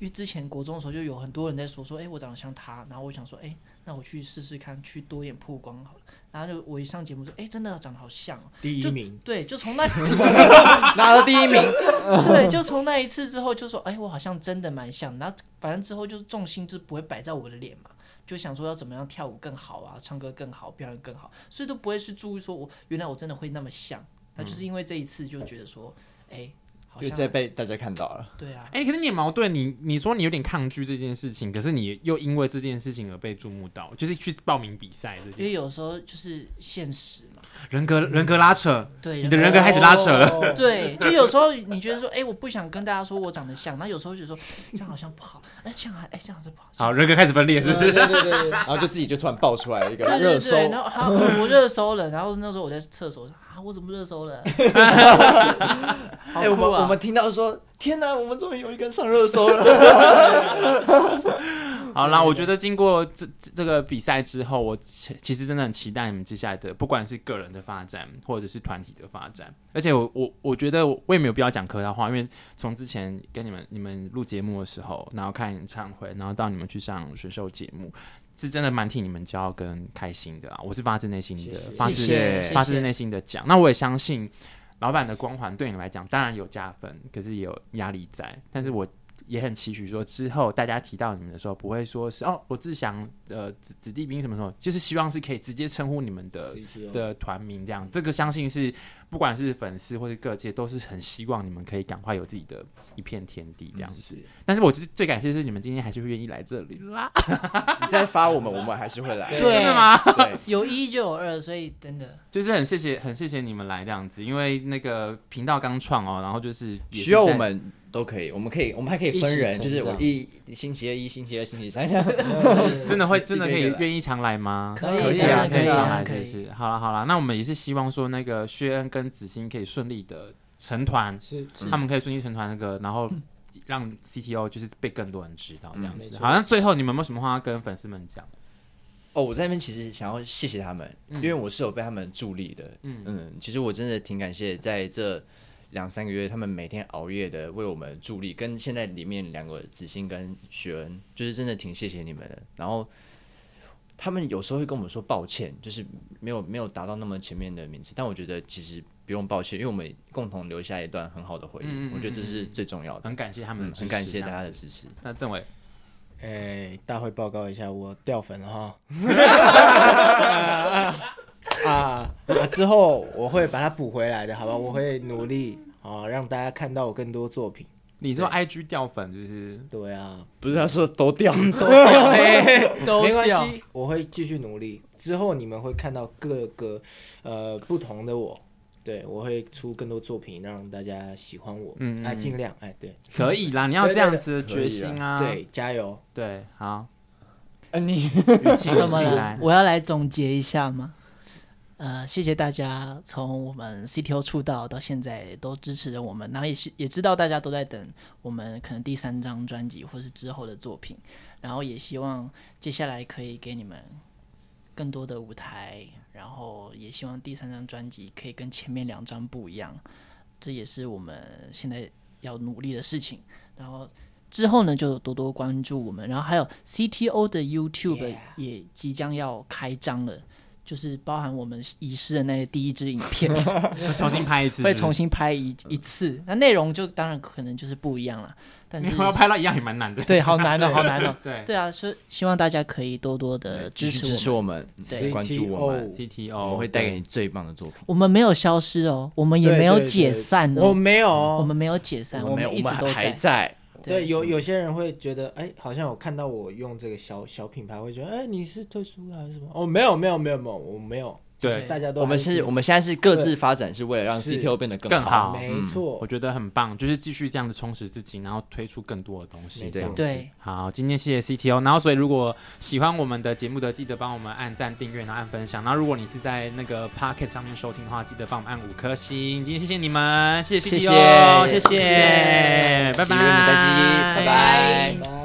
因为之前国中的时候就有很多人在说说哎、我长得像他，然后我想说哎、那我去试试看，去多一点曝光好了，然后就我一上节目说哎、真的长得好像、哦，第一就名，对，就从那拿了第一名，对，就从那一次之后就说，哎，我好像真的蛮像。然后反正之后就是重心就不会摆在我的脸嘛，就想说要怎么样跳舞更好啊，唱歌更好，表演更好，所以都不会去注意说我原来我真的会那么像。那嗯就是因为这一次就觉得说，哎，好又像在被大家看到了。对啊，哎、可是你也矛盾，你你说你有点抗拒这件事情，可是你又因为这件事情而被注目到，就是去报名比赛这因件为有时候就是现实嘛，人格人格拉扯，对，你的人格开始拉扯了。哦对，就有时候你觉得说，哎、我不想跟大家说我长得像，那有时候就说这样好像不好，哎、这样还哎、这样子不好，好，人格开始分裂，是不对是？对对对对然后就自己就突然爆出来 [LAUGHS] 一个对热对搜对，，然后还有我热搜了，然后那时候我在厕所我说啊，我怎么热搜 [LAUGHS] 了？好哎，我酷们我啊！们听到说，天哪，我们终于有一个人上热搜了。嗯好啦，我觉得经过这这这个比赛之后，我其其实真的很期待你们接下来的，不管是个人的发展，或者是团体的发展。而且我我我觉得我也没有必要讲客套话，因为从之前跟你们你们录节目的时候，然后看演唱会，然后到你们去上选秀节目，是真的蛮替你们骄傲跟开心的啊！我是发自内心的，发自谢谢谢谢发自内心的讲。那我也相信老板的光环对你来讲当然有加分，可是也有压力在。但是我也很期许说，之后大家提到你们的时候，不会说是哦，罗志祥呃子子弟兵什么什么，就是希望是可以直接称呼你们的的团名这样。这个相信是不管是粉丝或是各界，都是很希望你们可以赶快有自己的一片天地这样嗯子。但是我就是最感谢是你们今天还是会愿意来这里啦， [LAUGHS] 你再发我们，我们还是会来。对真的吗？ [LAUGHS] 对，有一就有二，所以真的就是很谢谢，很谢谢你们来这样子，因为那个频道刚创哦，然后就是也是需要我在们都可以，我们可以，我们还可以分人，就是我一星期二一、星期二、星期三，真的会真的可以一个一个来愿意常来吗？可以可以啊，啊可以可以啊常来，可以是。好了好了，那我们也是希望说那个薛恩跟子欣可以顺利的成团，是嗯他们可以顺利成团那个，然后让 CTO 就是被更多人知道这样嗯没子。错好像最后你们有没有什么话要跟粉丝们讲？哦，我在那边其实想要谢嗯谢他们，因为我是有被他们助力的。嗯嗯，其实我真的挺感谢在这两三个月，他们每天熬夜的为我们助力，跟现在里面两个子欣跟雪恩，就是真的挺谢谢你们的。然后他们有时候会跟我们说抱歉，就是没有没有达到那么前面的名次，但我觉得其实不用抱歉，因为我们共同留下一段很好的回忆，嗯嗯嗯我觉得这是最重要的。很感谢他们的嗯，支持、很感谢大家这的样子。支持。那政委，哎、大会报告一下，我掉粉了哈。 [LAUGHS] 啊啊！之后我会把它补回来的，好吧？我会努力啊，让大家看到我更多作品。你说 IG 掉 [LAUGHS] 粉就是对啊，不是他说都掉， [LAUGHS] 都没关掉系，我会继续努力。之后你们会看到各个呃不同的我，对我会出更多作品让大家喜欢我。嗯嗯哎，尽量哎，对可以啦，你要对这对样对子的可以决啊心啊。对，加油！对，好，呃你语 [LAUGHS] 气怎语么气了来？，我要来总结一下吗？呃，谢谢大家从我们 CTO 出道到现在都支持着我们，然后也是也知道大家都在等我们可能第三张专辑或是之后的作品，然后也希望接下来可以给你们更多的舞台，然后也希望第三张专辑可以跟前面两张不一样，这也是我们现在要努力的事情。然后之后呢，就多多关注我们。然后还有 CTO 的 YouTube 也即将要开张了。就是包含我们遗失的那个第一支影 [LAUGHS] 片，重新拍一次是不会是，重 [LAUGHS] 新拍一一次。那内容就当然可能就是不一样了，但你是要 [LAUGHS] 拍到一样也蛮难的。对，好难哦，好难 [LAUGHS] 哦。对对啊，所以希望大家可以多多的呃支持我支们持。我们，对关注我哦们， CTO ，CTO 我们会带给你最棒的作品。我们没有消失哦，我们也没有对对对解散哦，我没有哦，我们没有解散，们没有，们我一直们都还在。对对，有有些人会觉得，哎，好像我看到我用这个小小品牌，会觉得，哎，你是退出了还是什么？哦，没有，没有，没有，没有，我没有。对就是大家都我们还是，我们现在是各自发展，是为了让是 CTO 变得更更好嗯没我错，觉得很棒，就是继续这样子充实自己，然后推出更多的东西。没这样错对，好，今天谢谢 CTO，然后所以如果喜欢我们的节目的，记得帮我们按赞、订阅，然后按分享。然后如果你是在那个 Pocket 上面收听的话，记得帮我们按五颗星。今天谢谢你们，谢谢 CTO，谢谢谢谢，拜拜，喜欢我们的记忆拜拜拜。